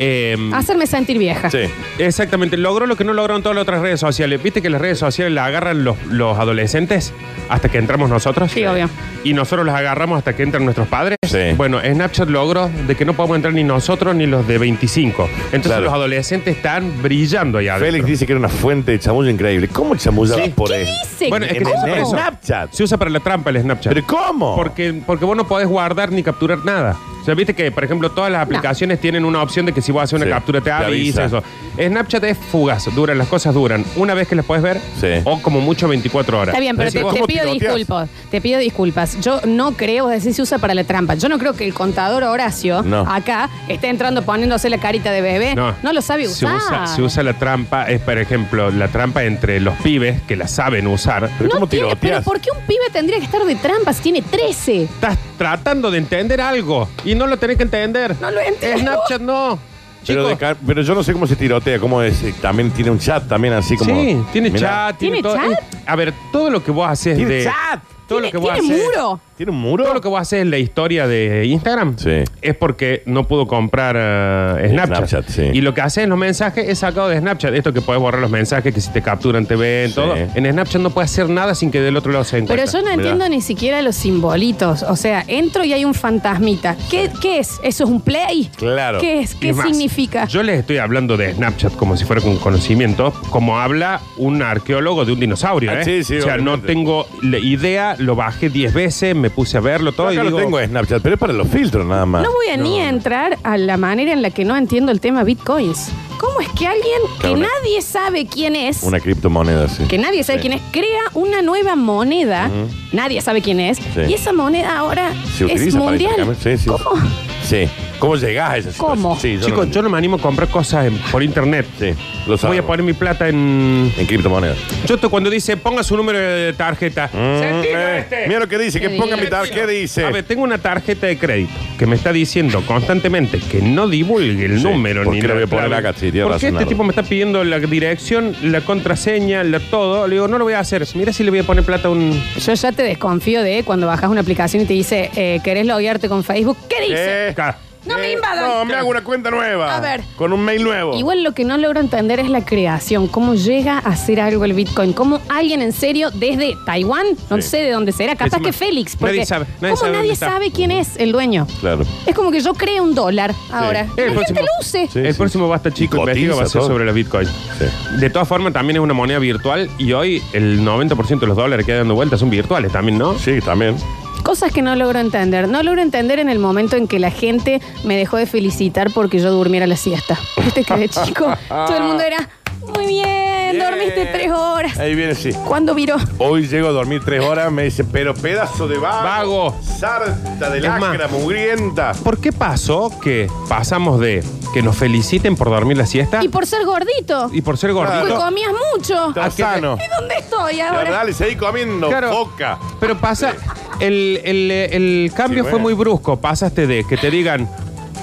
B: Eh,
A: Hacerme sentir vieja.
C: Sí.
B: Exactamente, logró lo que no lograron todas las otras redes sociales. Viste que las redes sociales las agarran los, los adolescentes hasta que entramos nosotros.
A: Sí, obvio.
B: Y nosotros las agarramos hasta que entran nuestros padres.
C: Sí.
B: Bueno, Snapchat logró de que no podemos entrar ni nosotros ni los de 25. Entonces
C: Claro.
B: los adolescentes están brillando allá.
C: Félix dice que era una fuente de chamuyo increíble. ¿Cómo chamullabas
B: Sí.
C: por ahí?
A: Dice
B: Bueno, es que
C: En
B: se usa
C: el
B: para eso.
C: Snapchat.
B: Se usa para la trampa el Snapchat.
C: ¿Pero
A: Oh.
C: cómo?
B: Porque, porque vos no podés guardar ni capturar nada. O sea, viste que, por ejemplo, todas las aplicaciones tienen una opción de que si vos haces una
C: Sí,
B: captura te
C: te
B: avisa.
C: avisa.
B: Eso. Snapchat es fugaz, duran, las cosas duran. Una vez que las puedes ver,
C: Sí.
B: o como mucho 24 horas.
A: Está bien, pero
C: Pero
A: te,
C: si vos
A: te
C: cómo
A: pido
C: piloteás.
A: disculpas. Te pido disculpas. Yo no creo, es decir, se usa para la trampa. Yo no creo que el contador Horacio
C: No.
A: acá esté entrando poniéndose la carita de bebé. eh, No, lo sabe
B: Se
A: usar.
B: usa, se usa la trampa, es por ejemplo la trampa entre los pibes que la saben usar.
C: ¿Pero
A: no
C: cómo
A: tiene, pero
C: tiroteas?
A: ¿por qué un pibe tendría que estar de trampas? Tiene 13.
B: Estás tratando de entender algo y no lo tenés que entender.
A: No lo entiendo.
B: Snapchat no.
C: Pero,
B: Chicos,
C: de ca- pero yo no sé cómo se tirotea, cómo es. eh, También tiene un chat, también así como.
B: Sí, tiene
C: Mirá.
B: chat, tiene,
A: ¿Tiene
B: todo.
A: chat?
B: Eh, A ver, todo lo que vos haces
C: Tiene
B: de.
C: chat.
B: Todo lo
A: tiene
B: que vos
A: tiene
B: haces-
A: muro.
C: ¿Tiene un muro?
B: Todo lo que vos haces en la historia de Instagram
C: Sí.
B: es porque no pudo comprar eh, Snapchat.
C: Snapchat, sí.
B: Y lo que haces en los mensajes es sacado de Snapchat. Esto que puedes borrar los mensajes, que si te capturan, te ven,
C: Sí.
B: todo. En Snapchat no puedes hacer nada sin que del otro lado se encuentre.
A: Pero yo no
C: Mirá.
A: entiendo ni siquiera los simbolitos. O sea, entro y hay un fantasmita. ¿Qué, qué es? ¿Eso es un play?
C: Claro.
A: ¿Qué es? ¿Qué significa?
B: Yo les estoy hablando de Snapchat como si fuera con conocimiento, como habla un arqueólogo de un dinosaurio.
C: Ah,
B: ¿eh?
C: sí, sí,
B: o sea, no
C: obviamente.
B: tengo la idea, lo bajé 10 veces, me puse a verlo
C: Yo
B: todo
C: acá
B: y
C: lo
B: digo,
C: tengo en Snapchat, pero es para los filtros nada más.
A: No voy a ni a entrar a la manera en la que no entiendo el tema bitcoins. ¿Cómo es que alguien que
C: Claro, una-
A: nadie sabe quién es,
C: Una criptomoneda, sí.
A: que nadie sabe
C: Sí.
A: quién es, crea una nueva moneda, nadie sabe quién es, y esa moneda ahora
C: Se
A: es
C: utiliza para
A: mundial?
C: intercambiar, sí, sí.
A: ¿Cómo?
C: Sí. ¿Cómo llegás a esa situación?
A: ¿Cómo?
C: Sí, yo
B: Chicos,
C: no-
B: yo no me animo a comprar cosas en- por internet.
C: Sí, lo
B: Voy a
C: sabemos.
B: poner mi plata en.
C: En criptomonedas.
B: Yo esto cuando dice ponga su número de tarjeta. Sentilo
C: Eh,
B: este.
C: Mira lo que dice, que
A: ¿Qué
C: ponga mi
A: dice?
C: tarjeta. ¿Qué dice?
B: A ver, tengo una tarjeta de crédito que me está diciendo constantemente que no divulgue el
C: Sí,
B: número
C: ¿por
B: ni
C: qué lo
B: la
C: voy a poner
B: clave.
C: acá? Sí, tiene
B: Porque
C: razón,
B: este
C: Nardo.
B: tipo me está pidiendo la dirección, la contraseña, la todo. Le digo, no lo voy a hacer. Mira si le voy a poner plata a un.
A: Yo ya te desconfío de cuando bajas una aplicación y te dice, eh, ¿querés loguearte con Facebook? ¿Qué dice?
C: Eh,
B: Acá.
A: No me invadan.
C: No, me hago una cuenta nueva.
A: A ver.
C: Con un mail nuevo.
A: Igual lo que no logro entender es la creación, cómo llega a ser algo el Bitcoin, cómo alguien en serio desde Taiwán, no
C: Sí.
A: sé de dónde será, capaz
B: Encima,
A: que Félix, porque
B: nadie sabe, nadie
A: ¿cómo
B: sabe dónde
A: nadie
B: está?
A: sabe quién es el dueño?
C: Claro.
A: Es como que yo creo un dólar ahora.
B: El
A: La gente
B: próximo.
A: lo use.
C: Sí,
B: el
C: sí.
B: próximo Basta Chico
C: Y
B: investiga va a
C: cotiza
B: ser
C: todo.
B: sobre la Bitcoin.
C: Sí.
B: De todas formas, también es una moneda virtual y hoy el 90% de los dólares que hay dando vueltas son virtuales también, ¿no?
C: Sí, también.
A: Cosas que no logro entender. No logro entender en el momento en que la gente me dejó de felicitar porque yo durmiera la siesta. Viste que de chico todo el mundo era, muy bien, dormiste
C: Bien.
A: tres horas.
C: Ahí viene, sí.
A: ¿Cuándo viró?
C: Hoy llego a dormir tres horas, me dice, pero pedazo de vago.
B: Vago.
C: Sarta de
B: Es
C: lacra,
B: más.
C: mugrienta.
B: ¿Por qué pasó que pasamos de que nos feliciten por dormir la siesta
A: Y por ser gordito.
B: y por ser
A: Porque
B: gordito?
A: comías mucho.
C: Está
B: ¿A qué-
C: sano.
A: ¿Y dónde estoy
C: Ya,
A: ahora?
C: Dale, seguí comiendo
B: Claro.
C: boca.
B: Pero pasa, el, el- el cambio
C: Sí,
B: fue
C: bueno.
B: muy brusco. Pasaste de que te digan,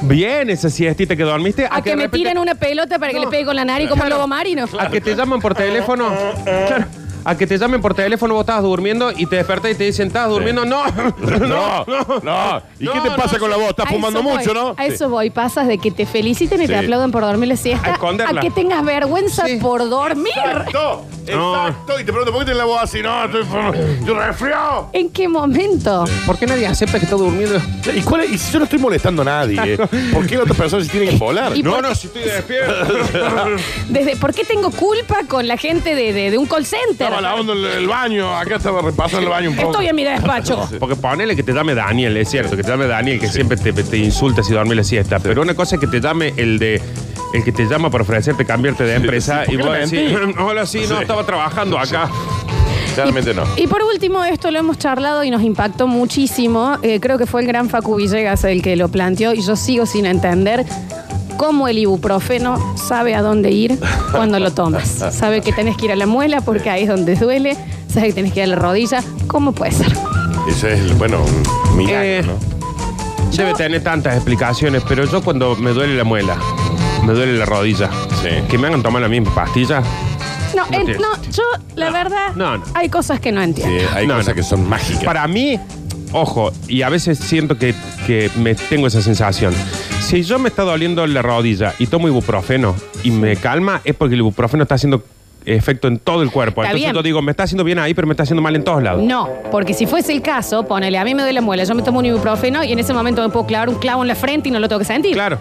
B: bien esa siestita que dormiste,
A: A que me tiren una pelota para que
B: No.
A: le pegue con la nariz como el lobo marino.
B: A que te llaman por teléfono. Claro. A que te llamen por teléfono, vos estabas durmiendo y te despertás y te dicen, ¿estás durmiendo? No,
C: No, no. ¿Y
B: No,
C: qué te
B: no,
C: pasa
B: sí.
C: con la voz? ¿Estás
A: A
C: fumando
A: eso voy.
C: mucho, no?
A: A eso voy. Pasas de que te feliciten y te
C: Sí.
A: aplaudan por dormir la
B: A
A: siesta.
B: esconderla.
A: que tengas vergüenza
B: Sí.
A: por dormir.
C: Exacto,
B: No.
C: exacto. Y te pregunto, ¿por qué tienes la voz así? No, estoy fumando. Yo resfriado.
A: ¿En qué momento?
B: ¿Por qué nadie acepta que está durmiendo?
C: ¿Y, cuál es? y si yo no estoy molestando a nadie, ¿eh? ¿por qué las otras personas se tienen que volar?
A: ¿Y por-
B: si estoy despierto.
A: Desde, ¿Por qué tengo culpa con la gente de, de- de un call center?
C: estaba lavando el, el baño, acá estaba repasando el baño un poco.
A: Estoy en mi despacho.
B: Porque ponele que te llame Daniel, es cierto, que te llame Daniel, que siempre te, te insulta si dormís la siesta. Pero una cosa es que te llame el de. El que te llama para ofrecerte cambiarte de empresa
C: sí,
B: y
C: ¿por qué
B: vos
C: le
B: decís, hola, sí, no,
C: Sí.
B: estaba trabajando acá.
C: Claramente no.
A: Y por último, esto lo hemos charlado y nos impactó muchísimo. Eh, creo que fue el gran Facu Villegas el que lo planteó y yo sigo sin entender cómo el ibuprofeno sabe a dónde ir cuando lo tomas. Sabe que tenés que ir a la muela porque ahí es donde duele, sabe que tenés que ir a la rodilla. ¿Cómo puede ser?
C: Ese es, el, bueno, un milagro,
B: Eh,
C: ¿no?
B: Debe tener tantas explicaciones, pero yo cuando me duele la muela, me duele la rodilla,
C: Sí.
B: que me hagan tomar la misma pastilla,
A: No,
B: No
A: en-
B: tiene
A: no, yo la verdad,
B: no, no.
A: hay cosas que no
C: Sí,
A: entiendo.
C: Eh, hay
B: No, no.
C: cosas que son mágicas.
B: Para mí, ojo, y a veces siento que, que me tengo esa sensación. Si yo me está doliendo la rodilla y tomo ibuprofeno y me calma, es porque el ibuprofeno está haciendo efecto en todo el cuerpo.
A: Está
B: Entonces
A: bien.
B: yo digo, me está haciendo bien ahí, pero me está haciendo mal en todos lados.
A: No, porque si fuese el caso, ponele, a mí me duele la muela, yo me tomo un ibuprofeno y en ese momento me puedo clavar un clavo en la frente y no lo tengo que sentir.
B: Claro.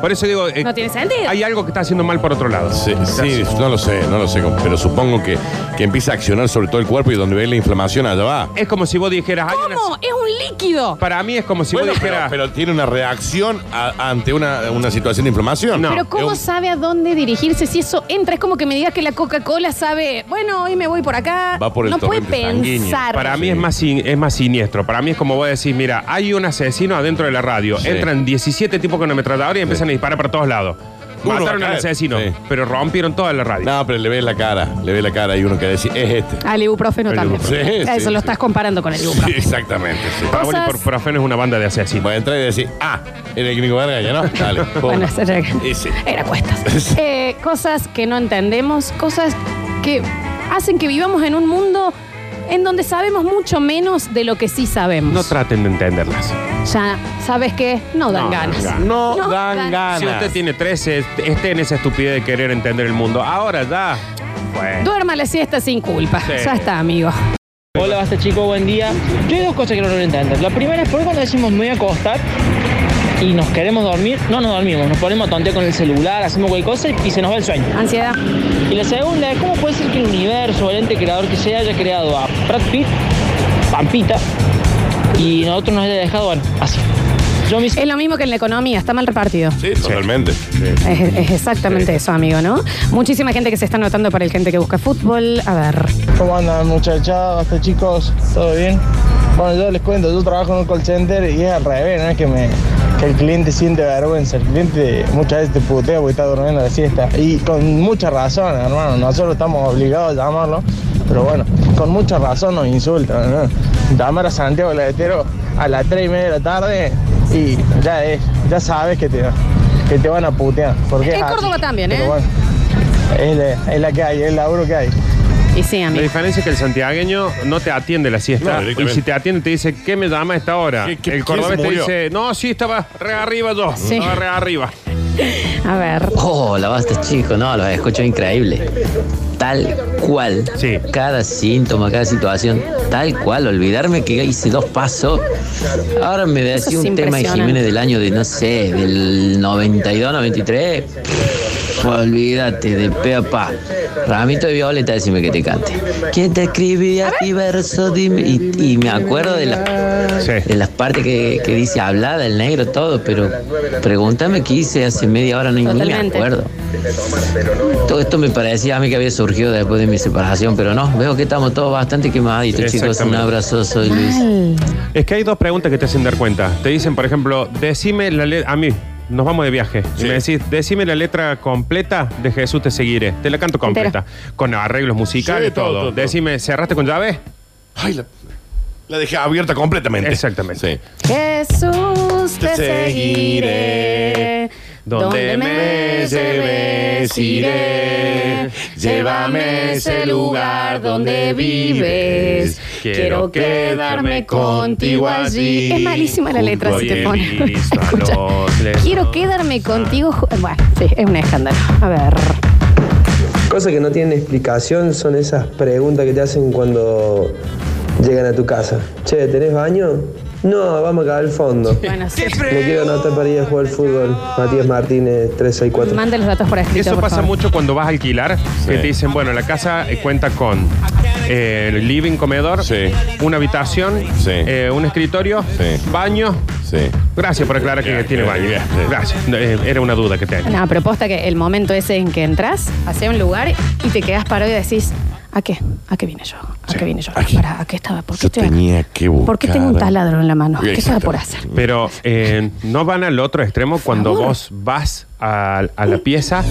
B: Por eso digo, eh,
A: No tiene sentido.
B: hay algo que está haciendo mal por otro lado.
C: Sí, sí, no lo sé, no lo sé, pero supongo que, que empieza a accionar sobre todo el cuerpo y donde ve la inflamación allá va.
B: Es como si vos dijeras, hay una-
A: ¿Cómo? Es un líquido.
B: para mí es como si
C: Bueno,
B: vos
C: pero,
B: dijeras,
C: pero tiene una reacción a- ante una, una situación de inflamación.
B: No.
A: Pero ¿cómo
C: Es un-
A: sabe a dónde dirigirse si eso entra? Es como que me digas que la Coca-Cola sabe, bueno, hoy me voy por acá.
C: Va por el
A: no puede
C: torrente sanguíneo.
A: pensar.
B: Para mí
C: Sí.
B: es más, sin- es más siniestro. Para mí es como vos decís, mira, hay un asesino adentro de la radio.
C: Sí.
B: Entran 17 tipos con ametralladora y empiezan a disparar para todos lados.
C: Uno
B: Mataron
C: va a
B: al
C: caer.
B: asesino,
C: Sí.
B: pero rompieron toda la radio.
C: No, pero le ves la cara, le ves la cara y uno que decir, es este.
A: Al ibuprofeno
B: El
A: también.
C: ibuprofeno. Sí,
A: eso
C: sí,
A: lo
C: sí.
A: estás comparando con el ibuprofeno.
C: Sí, exactamente, sí.
B: Para vos el
A: Cosas-
B: ibuprofeno es una banda de asesinos.
C: Voy a entrar y decir, ah, era el clínico Vargas, ya no. Dale. pum.
A: Bueno, esa era,
C: Ese.
A: era cuestas.
C: Sí.
A: Eh, cosas que no entendemos, cosas que hacen que vivamos en un mundo en donde sabemos mucho menos de lo que sí sabemos.
B: No traten de entenderlas.
A: ya sabes que no dan
B: No dan
A: ganas.
B: ganas.
C: No dan ganas.
B: Si usted tiene 13, esté en esa estupidez de querer entender el mundo. Ahora ya. Bueno.
A: Duerma la siesta sin culpa.
B: Sí.
A: Ya está, amigo.
D: Hola, basta chicos, buen día. Yo hay dos cosas que no lo entiendo. La primera es por qué cuando decimos me voy a acostar y nos queremos dormir, no nos dormimos, nos ponemos a tontear con el celular, hacemos cualquier cosa y, y se nos va el sueño.
A: Ansiedad.
D: Y la segunda es cómo puede ser que el universo, el ente creador que sea, haya creado a Brad Pitt, Pampita, y nosotros nos haya dejado, bueno, así. Yo me hice-
A: Es lo mismo que en la economía, está mal repartido.
C: Sí, totalmente.
A: Es, es exactamente eso, amigo, ¿no? Muchísima gente que se está anotando para el gente que busca fútbol. A ver.
E: ¿Cómo andan muchachos? Hasta chicos, ¿todo bien? Bueno, yo les cuento, yo trabajo en un call center y es al revés, no es que, me, que el cliente siente vergüenza, el cliente muchas veces te putea porque está durmiendo la siesta y con mucha razón, hermano, nosotros estamos obligados a llamarlo, pero bueno, con mucha razón nos insultan, ¿no? Llamar a Santiago Letero a las 3 y media de la tarde y ya es, ya sabes que te, que te van a putear. Porque es
A: En
E: así.
A: Córdoba también,
E: Pero
A: ¿eh?
E: bueno, es la, es la que hay, es el laburo que hay.
A: Y sí,
B: La
A: amigo.
B: diferencia es que el santiagueño no te atiende la siesta.
C: No,
B: y
C: directamente.
B: si te atiende, te dice, ¿qué me llama a esta hora?
C: ¿Qué- qué-
B: el
C: quién
B: cordobés te
C: se murió?
B: dice, no, sí, estaba re arriba yo.
A: Sí.
B: Estaba re arriba.
A: A ver.
F: Hola, basta chico, no, los escucho increíble. Tal cual.
B: Sí.
F: Cada síntoma, cada situación, tal cual. Olvidarme que hice dos pasos. Ahora me decía
A: es
F: un tema de
A: impresionante.
F: Jiménez del año de, no sé, del 92, 93. Pff, Olvídate de pe a pa. Ramito de Violeta, decime que te cante. ¿Quién te escribía ti verso? Dime? Y, y me acuerdo de la, de
B: Sí.
F: las partes que, que dice hablada, el negro, todo, pero pregúntame qué hice hace media hora, no ni me
A: Totalmente.
F: acuerdo. Todo esto me parecía a mí que había surgido después de mi separación, pero no, veo que estamos todos bastante quemaditos,
B: Sí,
F: chicos. Un
B: exactamente.
F: abrazo, soy Luis.
A: Mal.
B: Es que hay dos preguntas que te hacen dar cuenta. Te dicen, por ejemplo, decime la letra. A mí, nos vamos de viaje.
C: Sí.
B: Y me decís, decime la letra completa de Jesús te seguiré. Te la canto completa. Con arreglos musicales,
C: Sí, todo,
B: todo.
C: todo, todo.
B: Decime, ¿cerraste con llave?
C: Ay, la, la dejé abierta completamente.
B: Exactamente.
C: Sí.
A: Jesús, te
C: Te
A: seguiré.
C: seguiré.
A: Donde me lleves iré, llévame ese lugar donde vives. Quiero quedarme contigo allí. Es malísima la letra
B: junto
A: si
B: a
A: te
B: ti,
A: pones.
B: Cristo, a
A: Escucha.
B: los leones.
A: Quiero quedarme contigo. ju- Bueno, sí, es un escándalo. A ver.
G: Cosas que no tienen explicación son esas preguntas que te hacen cuando llegan a tu casa. Che, ¿tenés baño? No, vamos acá al fondo.
A: Bueno, sí.
G: Me quiero anotar para ir a jugar al fútbol. Matías Martínez, 364.
A: Mande los datos por escrito.
B: Eso
A: por
B: pasa
A: favor.
B: mucho cuando vas a alquilar, que
C: Sí.
B: te dicen, bueno, la casa eh, cuenta con eh, living, comedor,
C: Sí.
B: una habitación,
C: Sí.
B: eh, un escritorio,
C: Sí.
B: baño.
C: Sí.
B: Gracias por aclarar que
C: Ya,
B: tiene
C: ya,
B: baño.
C: ya, ya.
B: Gracias. No, eh, Era una duda que tenía.
A: No, propuesta que el momento ese en que entras hacia un lugar y te quedas parado y decís, ¿a qué? ¿A qué vine yo? ¿A
C: Sí,
A: qué vine yo?
C: aquí.
A: Pará, ¿A qué estaba? ¿Por qué,
C: Yo
A: estoy acá?
C: tenía que buscar.
A: ¿Por qué tengo un taladro en la mano? ¿Qué estaba
C: Exacto.
A: por hacer?
B: Pero eh, no van al otro extremo cuando
A: favor.
B: vos vas a, a la pieza,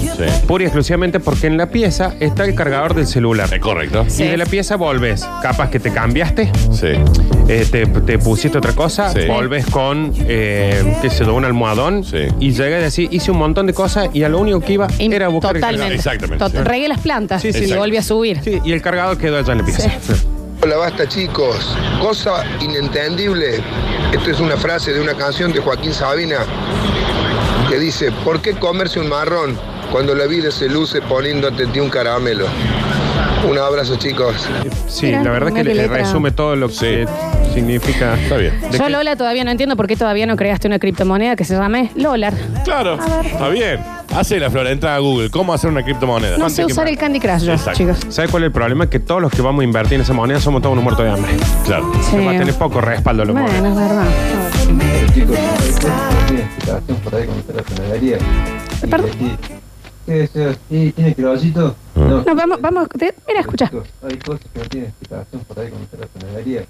B: pura y exclusivamente porque en la pieza está el cargador del celular.
C: Eh, correcto.
A: Sí.
B: Y de la pieza volves, capaz que te cambiaste,
C: Sí.
B: eh, te, te pusiste otra cosa,
C: Sí.
B: volves con, eh, qué sé yo, un almohadón
C: Sí.
B: y llegas a decir, hice un montón de cosas y a lo único que iba
A: Y
B: era buscar el
A: Totalmente.
B: cargador.
C: Exactamente, sí.
A: Regué las plantas
B: Sí, sí,
A: y
B: exacto.
A: volví a subir.
B: Sí, y el cargador quedó allá en la pieza.
H: Hola, basta chicos. Cosa inentendible. Esto es una frase de una canción de Joaquín Sabina que dice, ¿por qué comerse un marrón cuando la vida se luce poniéndote de un caramelo? Un abrazo chicos.
B: Sí,
A: Mira,
B: la verdad es que
A: mira
B: le
A: qué
B: le
A: letra.
B: resume todo lo que significa.
C: Está bien.
B: De
A: Yo,
B: que-
A: Lola, todavía no entiendo por qué todavía no creaste una criptomoneda que se llame Lolar.
C: Claro. Está bien. Hace la flora, entra a Google. ¿Cómo hacer una criptomoneda?
A: No sé
B: que
A: usar
B: más.
A: el Candy Crush, yo,
C: Exacto.
A: chicos.
B: ¿Sabe cuál es el problema? Que todos los que vamos a invertir en esa moneda somos todos unos muertos de hambre.
C: Claro.
A: Sí.
B: Va a tener
A: Bueno,
B: poco respaldo lo
A: es verdad. Perdón. Ah.
I: ¿Qué deseos? ¿Tiene, "Eh, tiene criollito? No,
A: No, vamos, vamos. te- mira, escucha.
I: chicos, hay cosas que no tienen explicación por ahí cuando te la panadería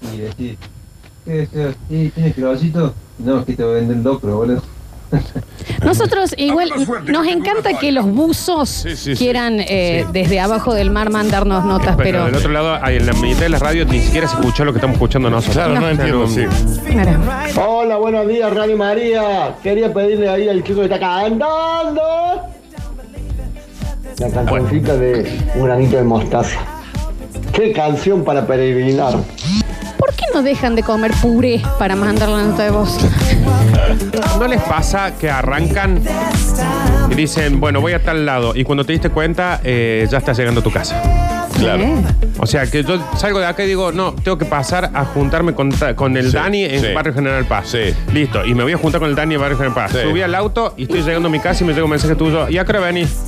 I: y decir, ¿qué deseos? ¿Tiene, tiene criollito? No, que te va a vender locro, boludo.
A: Nosotros igual nos encanta que los buzos
C: sí, sí.
A: quieran eh, desde abajo del mar mandarnos notas,
B: Pero
A: pero...
B: del otro lado, ahí en la mitad de la radio ni siquiera se escuchó lo que estamos escuchando nosotros.
C: Claro, no,
B: O sea,
C: entiendo.
B: no-
C: Sí.
A: Mira.
J: Hola, buenos días, Radio María. Quería pedirle ahí al chico que está cantando. La cancioncita de Un granito de mostaza. Qué canción para peregrinar.
A: ¿Por qué no dejan de comer puré para mandar la nota de voz?
B: ¿No les pasa que arrancan y dicen, bueno, voy a tal lado? Y cuando te diste cuenta, eh, ya estás llegando a tu casa.
C: Claro.
A: ¿Eh?
B: O sea, que yo salgo de acá y digo, no, tengo que pasar a juntarme con, ta- con el
C: Sí,
B: Dani en
C: sí.
B: Barrio General Paz.
C: Sí.
B: Listo. Y me voy a juntar con el Dani en Barrio General Paz.
C: Sí.
B: Subí al auto y estoy llegando a mi casa y me llega un mensaje tuyo. ¿Y a qué hora venís?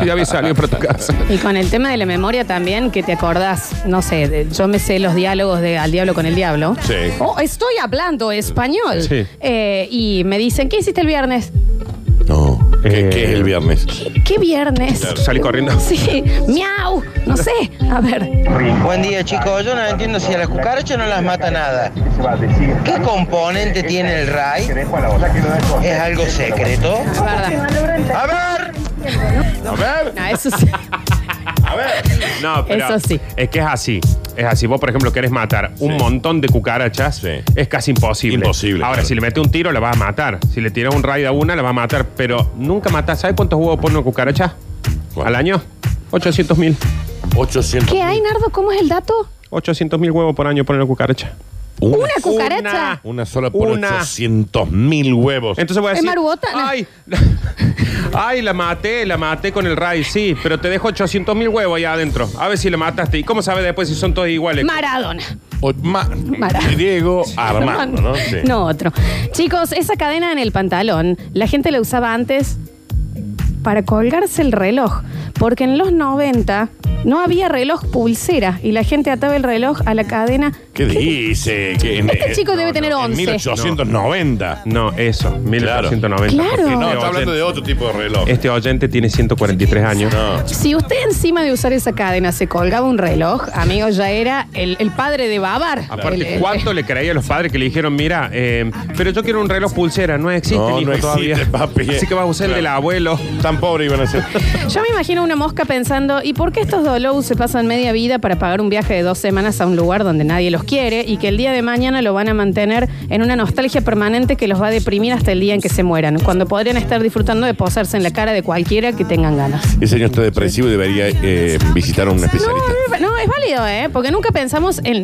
B: Sí, ya había salido para tu casa.
A: Y con el tema de la memoria también, que te acordás, no sé, de- yo me sé los diálogos de Al Diablo con el Diablo.
C: Sí.
A: Oh, estoy hablando español.
B: Sí.
A: Eh, y me dicen, ¿qué hiciste el viernes?
C: No. ¿Qué,
B: Eh,
C: qué es el viernes?
A: ¿Qué, qué viernes?
B: Salí corriendo.
A: Sí, miau, no sé. A ver,
K: Buen día chicos, yo no entiendo si a las cucarachas no las mata nada. ¿Qué componente tiene el RAI? ¿Es algo secreto?
A: es verdad.
K: A ver,
C: A ver.
A: No, eso sí.
C: A ver.
B: No, pero
A: Eso sí.
B: Es que es así. Es así. Vos, por ejemplo, querés matar un
C: Sí.
B: montón de cucarachas.
C: Sí.
B: Es casi imposible.
C: Imposible,
B: Ahora,
C: claro.
B: si le metes un tiro, la vas a matar. Si le tiras un raid a una, la vas a matar. Pero nunca matás. ¿Sabes cuántos huevos pone una cucaracha?
C: ¿Cuál?
B: Al año. 800 mil.
C: 800.
A: ¿Qué hay, Nardo? ¿Cómo es el dato?
B: 800 mil huevos por año pone una cucaracha.
A: ¿Una cucaracha?
C: Una sola por
B: Una.
C: 800 mil huevos.
B: Entonces voy a
A: ¿Es
B: decir.
A: marubotana?
B: Ay, ay, la maté, la maté con el raid, sí. Pero te dejo 800 mil huevos allá adentro. A ver si la mataste. ¿Y cómo sabes después si son todos iguales?
A: Maradona.
C: O- ma-
A: Para.
C: Diego Armando, ¿no? Sí.
A: No, otro. Chicos, esa cadena en el pantalón, la gente la usaba antes para colgarse el reloj, porque en los 90 no había reloj pulsera y la gente ataba el reloj a la cadena.
C: ¿Qué dice? ¿Qué- en-
A: Este chico debe tener
C: en
A: 11.
C: 1890.
B: No, eso, 1890.
A: Claro.
B: porque
A: No,
C: No,
B: este
C: está hablando
B: oyente-
C: de otro tipo de reloj.
B: Este oyente tiene 143 años.
C: No.
A: Si usted encima de usar esa cadena se colgaba un reloj, amigo, ya era el, el padre de Babar. El-
B: Aparte,
A: el-
B: ¿cuánto le creía a los padres que le dijeron, mira, eh, pero yo quiero un reloj pulsera? No existe,
C: No,
B: hijo,
C: no existe,
B: todavía.
C: papi.
B: Así que vas a usar el
C: Claro.
B: del abuelo.
C: Tan pobre iban a ser.
A: Yo me imagino una mosca pensando, ¿y por qué estos Dolous se pasan media vida para pagar un viaje de dos semanas a un lugar donde nadie los quiere y que el día de mañana lo van a mantener en una nostalgia permanente que los va a deprimir hasta el día en que se mueran, cuando podrían estar disfrutando de posarse en la cara de cualquiera que tengan ganas?
C: Ese señor está depresivo y debería eh, visitar a un
A: No,
C: especialista.
A: no, es válido, ¿eh? Porque nunca pensamos en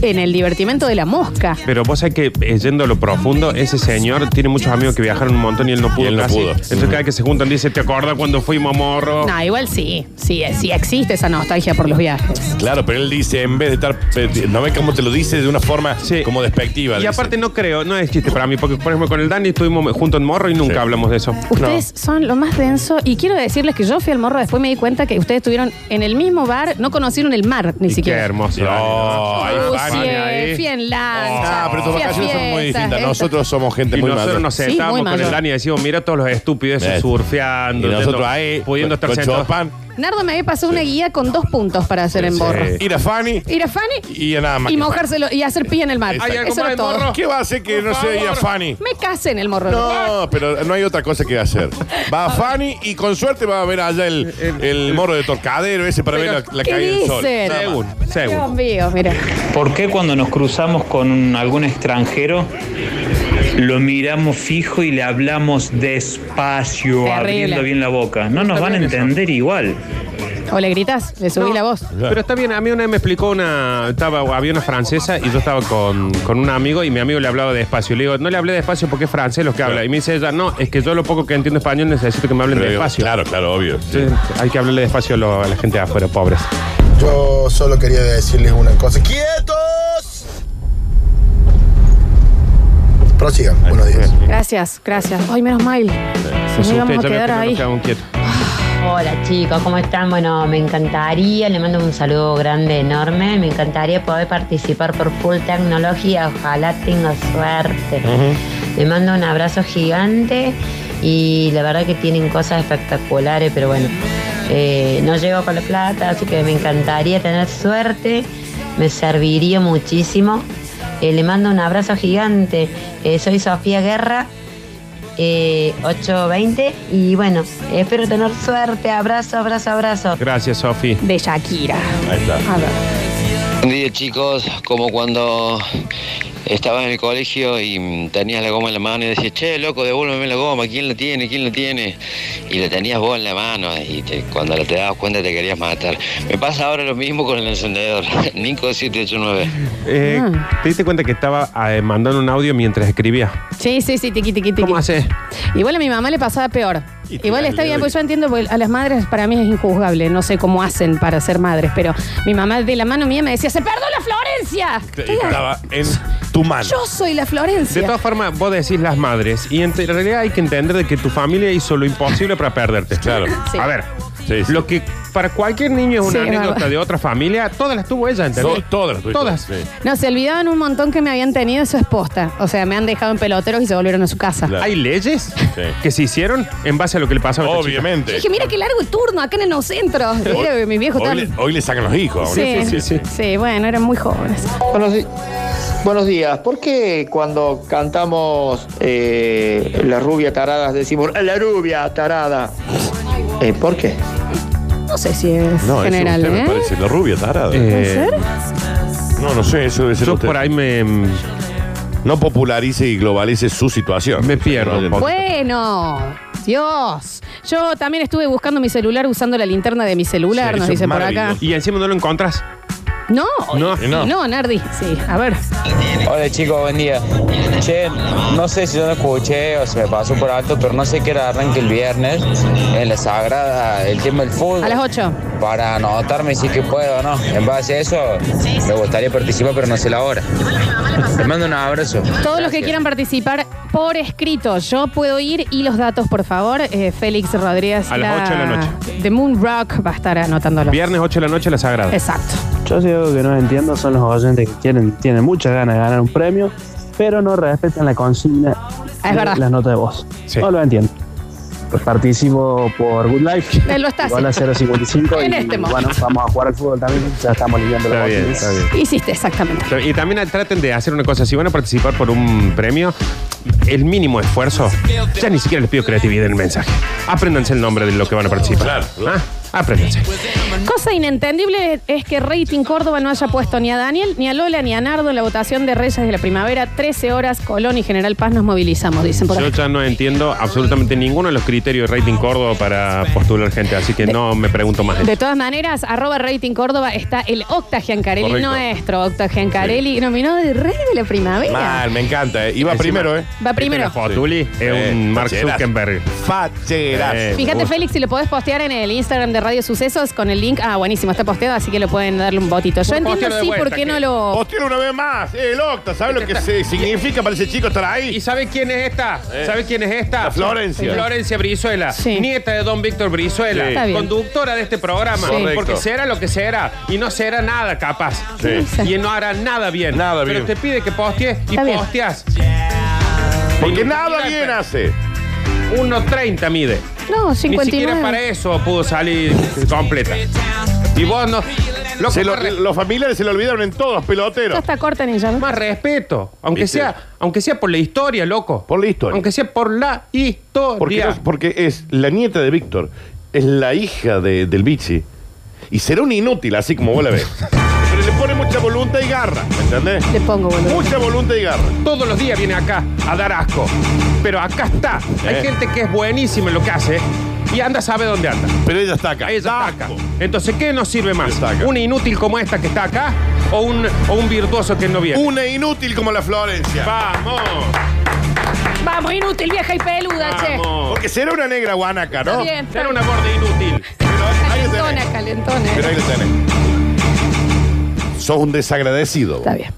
A: en el divertimento de la mosca.
B: Pero vos sabés que eh, yendo a lo profundo, ese señor tiene muchos amigos que viajaron un montón y él no pudo.
C: él no
B: casi.
C: pudo.
B: Entonces cada vez que se juntan dice, ¿te acordás cuando fuimos a Morro?
A: No, igual sí, sí, sí existe esa nostalgia por los viajes.
C: Claro, pero él dice, en vez de estar. eh, No ves cómo te lo dice de una forma como despectiva.
B: Y
C: dice.
B: aparte no creo, no es chiste para mí, porque por ejemplo con el Dani estuvimos juntos en Morro y nunca
C: Sí.
B: hablamos de eso.
A: Ustedes son lo más denso y quiero decirles que yo fui al morro, después me di cuenta que ustedes estuvieron en el mismo bar, no conocieron el mar ni
B: Qué
A: siquiera.
B: hermoso.
C: No, hay
A: Buceé,
C: varias ahí.
A: fui en lancha.
C: Ah, pero tus
A: fui a
C: vacaciones son muy
A: fiestas,
C: distintas.
A: esto.
C: Nosotros somos gente
B: Y
C: muy
B: nosotros
C: madura.
B: nos
A: Sí,
B: sentábamos
A: muy
B: con el
A: mayor.
B: Dani y decíamos, mira todos los estúpidos esos
C: ¿Ves?
B: surfeando,
C: Y nosotros
B: yendo-
C: ahí,
B: pudiendo
C: con-
B: estar
C: con
B: sentados.
C: Chopin.
A: Nardo me había pasado una guía con dos puntos para hacer en borro.
C: Eh, Ir a Fanny
A: Ir a Fanny
C: y a nada más.
A: y
C: que
A: mojárselo y hacer pis en el mar.
C: Exacto. ¿Hay algo
A: Eso era
B: más en
A: todo.
B: morro?
C: ¿Qué va a hacer que no sea ir a Fanny?
A: Me casé en el morro.
C: No, pero no hay otra cosa que hacer. Va a Fanny y con suerte va a ver allá el, el morro de Torcadero ese para ver la, la
A: ¿Qué
C: caída del sol.
A: dicen?
C: Nada más.
B: Según,
A: Dios mío, mira.
L: ¿Por qué cuando nos cruzamos con algún extranjero lo miramos fijo y le hablamos despacio,
A: Terrible.
L: abriendo bien la boca? No nos van a entender igual.
A: O le gritas, le subí la voz.
B: Pero está bien, a mí una vez me explicó una. Estaba, había una francesa y yo estaba con, con un amigo y mi amigo le hablaba despacio. Le digo, no le hablé despacio porque es francés lo que habla. Y me dice ella, no, es que yo lo poco que entiendo español necesito que me hablen
C: Pero digo,
B: despacio.
C: Claro, claro, obvio. sí.
B: Entonces, hay que hablarle despacio a, lo- a la gente de afuera, pobres.
M: Yo solo quería decirles una cosa. ¡Quietos! Prosigan. Buenos días.
A: Gracias, gracias. Ay, menos mal.
B: Se
A: Si no íbamos
B: asusta, ya
A: a
B: veo
A: quedar
B: que no nos
A: ahí.
B: quedamos quietos.
N: Hola chicos, ¿cómo están? Bueno, me encantaría, le mando un saludo grande, enorme. Me encantaría poder participar por Full Tecnología. Ojalá tenga suerte. Le mando un abrazo gigante y la verdad que tienen cosas espectaculares, pero bueno, eh, no llego con la plata, así que me encantaría tener suerte. Me serviría muchísimo. Eh, le mando un abrazo gigante. Eh, soy Sofía Guerra, eh, 8.20 y bueno, espero tener suerte. Abrazo, abrazo, abrazo.
B: Gracias, Sofi.
A: De Shakira.
C: Ahí está.
A: A ver.
O: Buen día chicos, como cuando estabas en el colegio y mm, tenías la goma en la mano y decías, che, loco, devuélveme la goma, ¿quién la tiene? ¿quién la tiene? Y la tenías vos en la mano y te- cuando la te dabas cuenta te querías matar. Me pasa ahora lo mismo con el encendedor, Nico 789.
B: Eh,
A: Ah.
B: ¿Te diste cuenta que estaba eh, mandando un audio mientras escribía?
A: Sí, sí, sí, tiqui, tiqui, tiqui. ¿Cómo
B: haces?
A: Igual a mi mamá le pasaba peor. Igual está bien, pues yo entiendo, porque a las madres para mí es injuzgable. No sé cómo hacen para ser madres, pero mi mamá de la mano mía me decía, ¡se perdió la Florencia!
C: Y Estaba en tu mano.
A: Yo soy la Florencia.
B: De todas formas, vos decís las madres y en te- en realidad hay que entender de que tu familia hizo lo imposible para perderte. Claro.
A: Sí.
B: A ver, lo que para cualquier niño es una
A: Sí,
B: anécdota
A: verdad.
B: de otra familia, todas las tuvo ella, ¿entendés?
C: To- todas las tuviste.
B: Todas.
A: No, se olvidaban un montón que me habían tenido, eso es posta. O sea, me han dejado en peloteros y se volvieron a su casa.
B: Hay leyes que se hicieron en base a lo que le pasaba
C: Obviamente.
A: Dije, mira qué largo el turno acá en el Neocentro. Mira, mi viejo
C: Hoy
A: tan-
C: le, hoy le sacan los hijos.
A: Sí,
C: ¿no?
A: sí, sí, bueno, eran muy jóvenes.
P: Buenos, di- buenos días. ¿Por qué cuando cantamos eh, La rubia tarada decimos La rubia tarada? Eh, ¿Por qué?
A: No sé si es
C: No, eso
A: general,
C: usted
A: ¿eh?
C: me parece la rubia tarada.
A: ¿Puede ser?
C: No, no sé, eso debe ser
B: Eh, Yo
C: usted.
B: por ahí me...
C: No popularice y globalice su situación. Me pierdo un
A: Bueno, Dios. Yo también estuve buscando mi celular usando la linterna de mi celular, nos dicen por acá.
B: Y encima no lo encontrás.
A: No,
B: No.
A: y no. Nardi. Sí, a ver.
Q: Hola chicos, buen día. Che, no sé si yo lo escuché o se me pasó por alto, pero no sé qué era arranque el viernes en la Sagrada, el tema del fútbol.
A: A las 8.
Q: Para anotarme si es que puedo o no. En base a eso, me gustaría participar, pero no sé la hora. Les mando un abrazo.
A: Todos los que quieran participar por escrito, yo puedo ir y los datos, por favor. Eh, Félix Rodríguez.
B: A las ocho de la noche.
A: De Moon Rock va a estar anotándolo.
B: Viernes 8 de la noche, la sagrada.
A: Exacto.
R: Yo sí algo que no entiendo son los oyentes que quieren, tienen muchas ganas de ganar un premio, pero no respetan la consigna
A: Ah, es
R: de
A: verdad.
R: las notas de voz. No lo entiendo. Pues participo por Good Life.
A: Él lo está
R: Igual a
A: haciendo.
R: 0.55
A: En
R: y
A: este momento.
R: bueno, vamos a jugar al fútbol también, ya estamos lidiando
B: Está
R: los
B: bien,
R: oyentes.
B: está bien.
A: Hiciste exactamente.
B: Y también traten de hacer una cosa, si van a participar por un premio, el mínimo esfuerzo, ya ni siquiera les pido creatividad en el mensaje. Apréndanse el nombre de lo que van a participar. Claro. Apréndanse.
A: Cosa inentendible es que Rating Córdoba no haya puesto ni a Daniel, ni a Lola, ni a Nardo en la votación de Reyes de la Primavera. 13 horas, Colón y General Paz nos movilizamos, dicen por
B: Yo
A: ahí.
B: ya no entiendo absolutamente ninguno de los criterios de rating Córdoba para postular gente, así que no me pregunto más.
A: De todas maneras, arroba Rating Córdoba está el Octa Giancarelli,
B: Correcto.
A: nuestro Octa Giancarelli, nominado de Rey de la Primavera.
C: Mal, me encanta. eh. Iba
B: Encima,
C: primero, ¿eh?
A: Va primero.
B: La Fotuli es un Mark Zuckerberg. Eh,
A: Fíjate, Félix, si lo podés postear en el Instagram de Radio Sucesos con el link. Ah, buenísimo, está posteado, así que lo pueden darle un botito. Yo entiendo
C: Bueno, postealo de
A: sí,
C: vuelta,
A: ¿por qué
C: que-
A: no lo.
C: Postealo una vez más. Eh, El Octa, ¿sabes lo que se- significa para ese chico estar ahí? ¿Y
B: sabe quién es esta? ¿Sabe quién es esta?
C: La Florencia.
B: Florencia Brizuela, nieta de don Víctor
C: Sí.
B: Brizuela,
C: Está bien.
B: conductora de este programa,
C: Sí. Correcto.
B: porque será lo que será y no será nada capaz.
C: Sí.
B: Y no hará nada bien. Nada Pero
C: bien.
B: te pide que postees y posteas.
C: Porque nada bien hace.
B: 1.30 mide.
A: No,
B: Ni
A: 59.
B: siquiera para eso pudo salir completa. Y vos no.
C: Se lo- los familiares se lo olvidaron en todos,
A: Ya
C: peloteros.
A: está corta ni ya.
B: Más respeto. Aunque
C: ¿Viste?
B: sea, aunque sea por la historia, loco.
C: Por la historia.
B: Aunque sea por la historia.
C: Porque, no- porque es la nieta de Víctor, es la hija de- del bichi. Y será un inútil, así como vos la ves. Pero le pone mucha voluntad y garra, ¿me entendés?
A: Le pongo boludo.
C: Mucha voluntad y garra.
B: Todos los días viene acá a dar asco. Pero acá está. Hay
C: Eh.
B: gente que es buenísima en lo que hace. ¿eh? Y anda, sabe dónde anda.
C: Pero ella está acá.
B: Ella está acá. Entonces, ¿qué nos sirve más? ¿Una inútil como esta que está acá? ¿O un, o un virtuoso que no viene?
C: Una inútil como la Florencia.
B: ¡Vamos!
A: Vamos, inútil, vieja y peluda,
C: Porque será una negra guanaca,
A: che.
C: ¿no?
A: Bien,
B: Era una borda inútil.
A: calentona, calentona. eh.
C: Pero ahí lo tenés. Sos un desagradecido.
A: Está bien.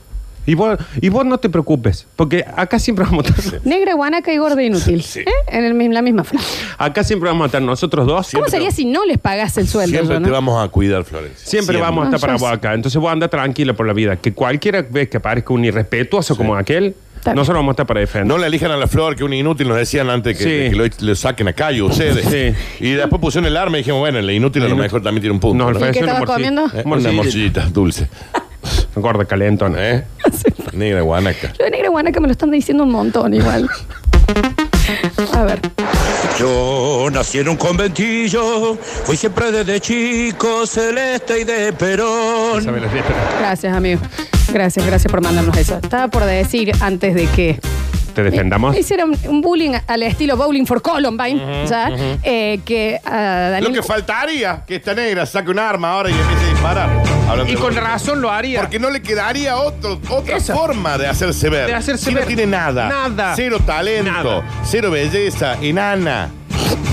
B: Y vos, y vos no te preocupes, porque acá siempre vamos a estar.
A: Negra, guanaca y gorda inútil. ¿Eh? En el mismo- la misma frase.
B: Acá siempre vamos a estar nosotros dos.
A: ¿Cómo sería si no les pagás el sueldo?
C: Siempre
A: yo, no?
C: te vamos a cuidar, Florencia.
B: Siempre vamos a estar para
A: No, yo
B: vos
A: sé.
B: acá. Entonces vos anda tranquila por la vida. Que cualquiera vez que aparezca un irrespetuoso como aquel, nosotros vamos a estar para defender.
C: No le elijan a la flor, que un inútil nos decían antes que,
B: Sí.
C: de que lo, lo saquen a callo ustedes. Y después pusieron el arma y dijimos, bueno, la inútil a lo mejor también tiene un punto.
B: Nos
C: ¿no?
B: ofreció una morcilla. Eh,
C: Eh, Una morcillita dulce.
B: Gorda calentona,
C: ¿eh? Negra guanaca.
A: Lo de negra, guanaca me lo están diciendo un montón igual. A ver.
S: Yo nací en un conventillo, fui siempre desde chico celeste y de Perón.
A: Gracias, amigo. Gracias, gracias por mandarnos eso. Estaba por decir antes de que
B: ¿Te
C: Ah.
B: defendamos?
A: hicieron un bullying al estilo Bowling for Columbine, ¿ya? Eh, que a
C: Lo
A: Daniel.
C: que faltaría, que esta negra saque un arma ahora y empiece a disparar. Hablando
B: Y
C: de-
B: con razón lo haría.
C: Porque no le quedaría otro, otra forma de hacerse ver.
B: De hacerse
C: Si
B: ver.
C: No tiene nada.
B: Nada.
C: Cero talento. Cero belleza. Enana.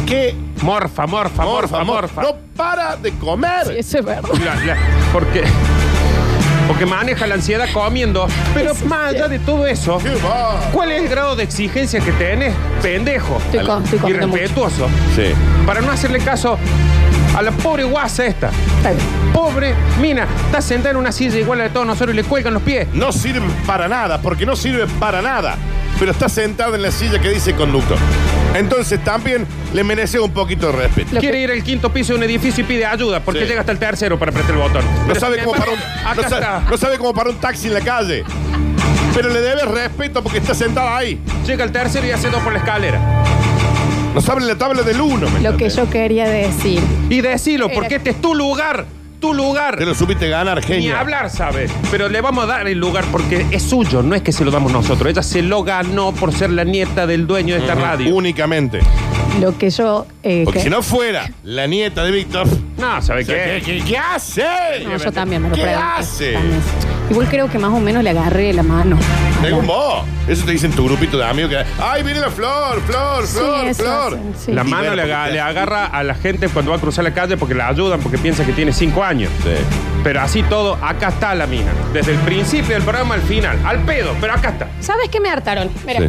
C: ¿Qué?
B: Morfa, morfa, morfa, morfa.
C: No para de comer.
A: eso es verdad.
B: La- la- porque, porque maneja la ansiedad comiendo. Pero más allá de todo eso, ¿cuál es el grado de exigencia que tenés? Pendejo.
A: Estoy co- estoy comiendo mucho.
B: Irrespetuoso.
C: Sí.
B: Para no hacerle caso a la pobre guasa esta. Pobre mina, está sentada en una silla igual a la de todos nosotros y le cuelgan los pies.
C: No sirve para nada, porque no sirve para nada. Pero está sentado en la silla que dice conductor. Entonces también le merece un poquito de respeto.
B: Quiere ir al quinto piso de un edificio y pide ayuda porque llega hasta el tercero para apretar el botón.
C: No
B: Pero
C: sabe
B: sin
C: cómo parar
B: embargo,
C: un,
B: acá
C: no
B: está.
C: sabe, no sabe cómo parar un taxi en la calle. Pero le debe respeto porque está sentado ahí.
B: Llega el tercero y hace dos por la escalera.
C: No sabe la tabla del uno. ¿me
A: Lo que yo quería decir.
B: Y decilo, porque
A: Era-
B: este es tu lugar. Tu lugar. Te
C: lo supiste ganar,
B: Ni
C: genia.
B: hablar, sabe. Pero le vamos a dar el lugar porque es suyo, no es que se lo damos nosotros. Ella se lo ganó por ser la nieta del dueño de esta
C: Ujú.
B: radio.
C: Únicamente.
A: Lo que yo. eh,
C: Porque
A: que-
C: si no fuera la nieta de Víctor.
B: No, ¿sabe
C: qué? ¿Qué, qué hace?
A: No, yo también me lo
C: ¿Qué
A: pregunto.
C: hace?
A: Igual creo que más o menos le agarré la mano.
C: Tengo un vos. Eso te dicen tu grupito de amigos que. ¡Ay, viene la flor, flor,
A: Sí,
C: flor,
A: eso
C: flor!
A: hacen,
B: La mano le, aga- le agarra a la gente cuando va a cruzar la calle porque la ayudan porque piensa que tiene cinco años. Pero así todo, acá está la mina. Desde el principio del programa al final. Al pedo, pero acá está.
A: ¿Sabes qué me hartaron? Mira.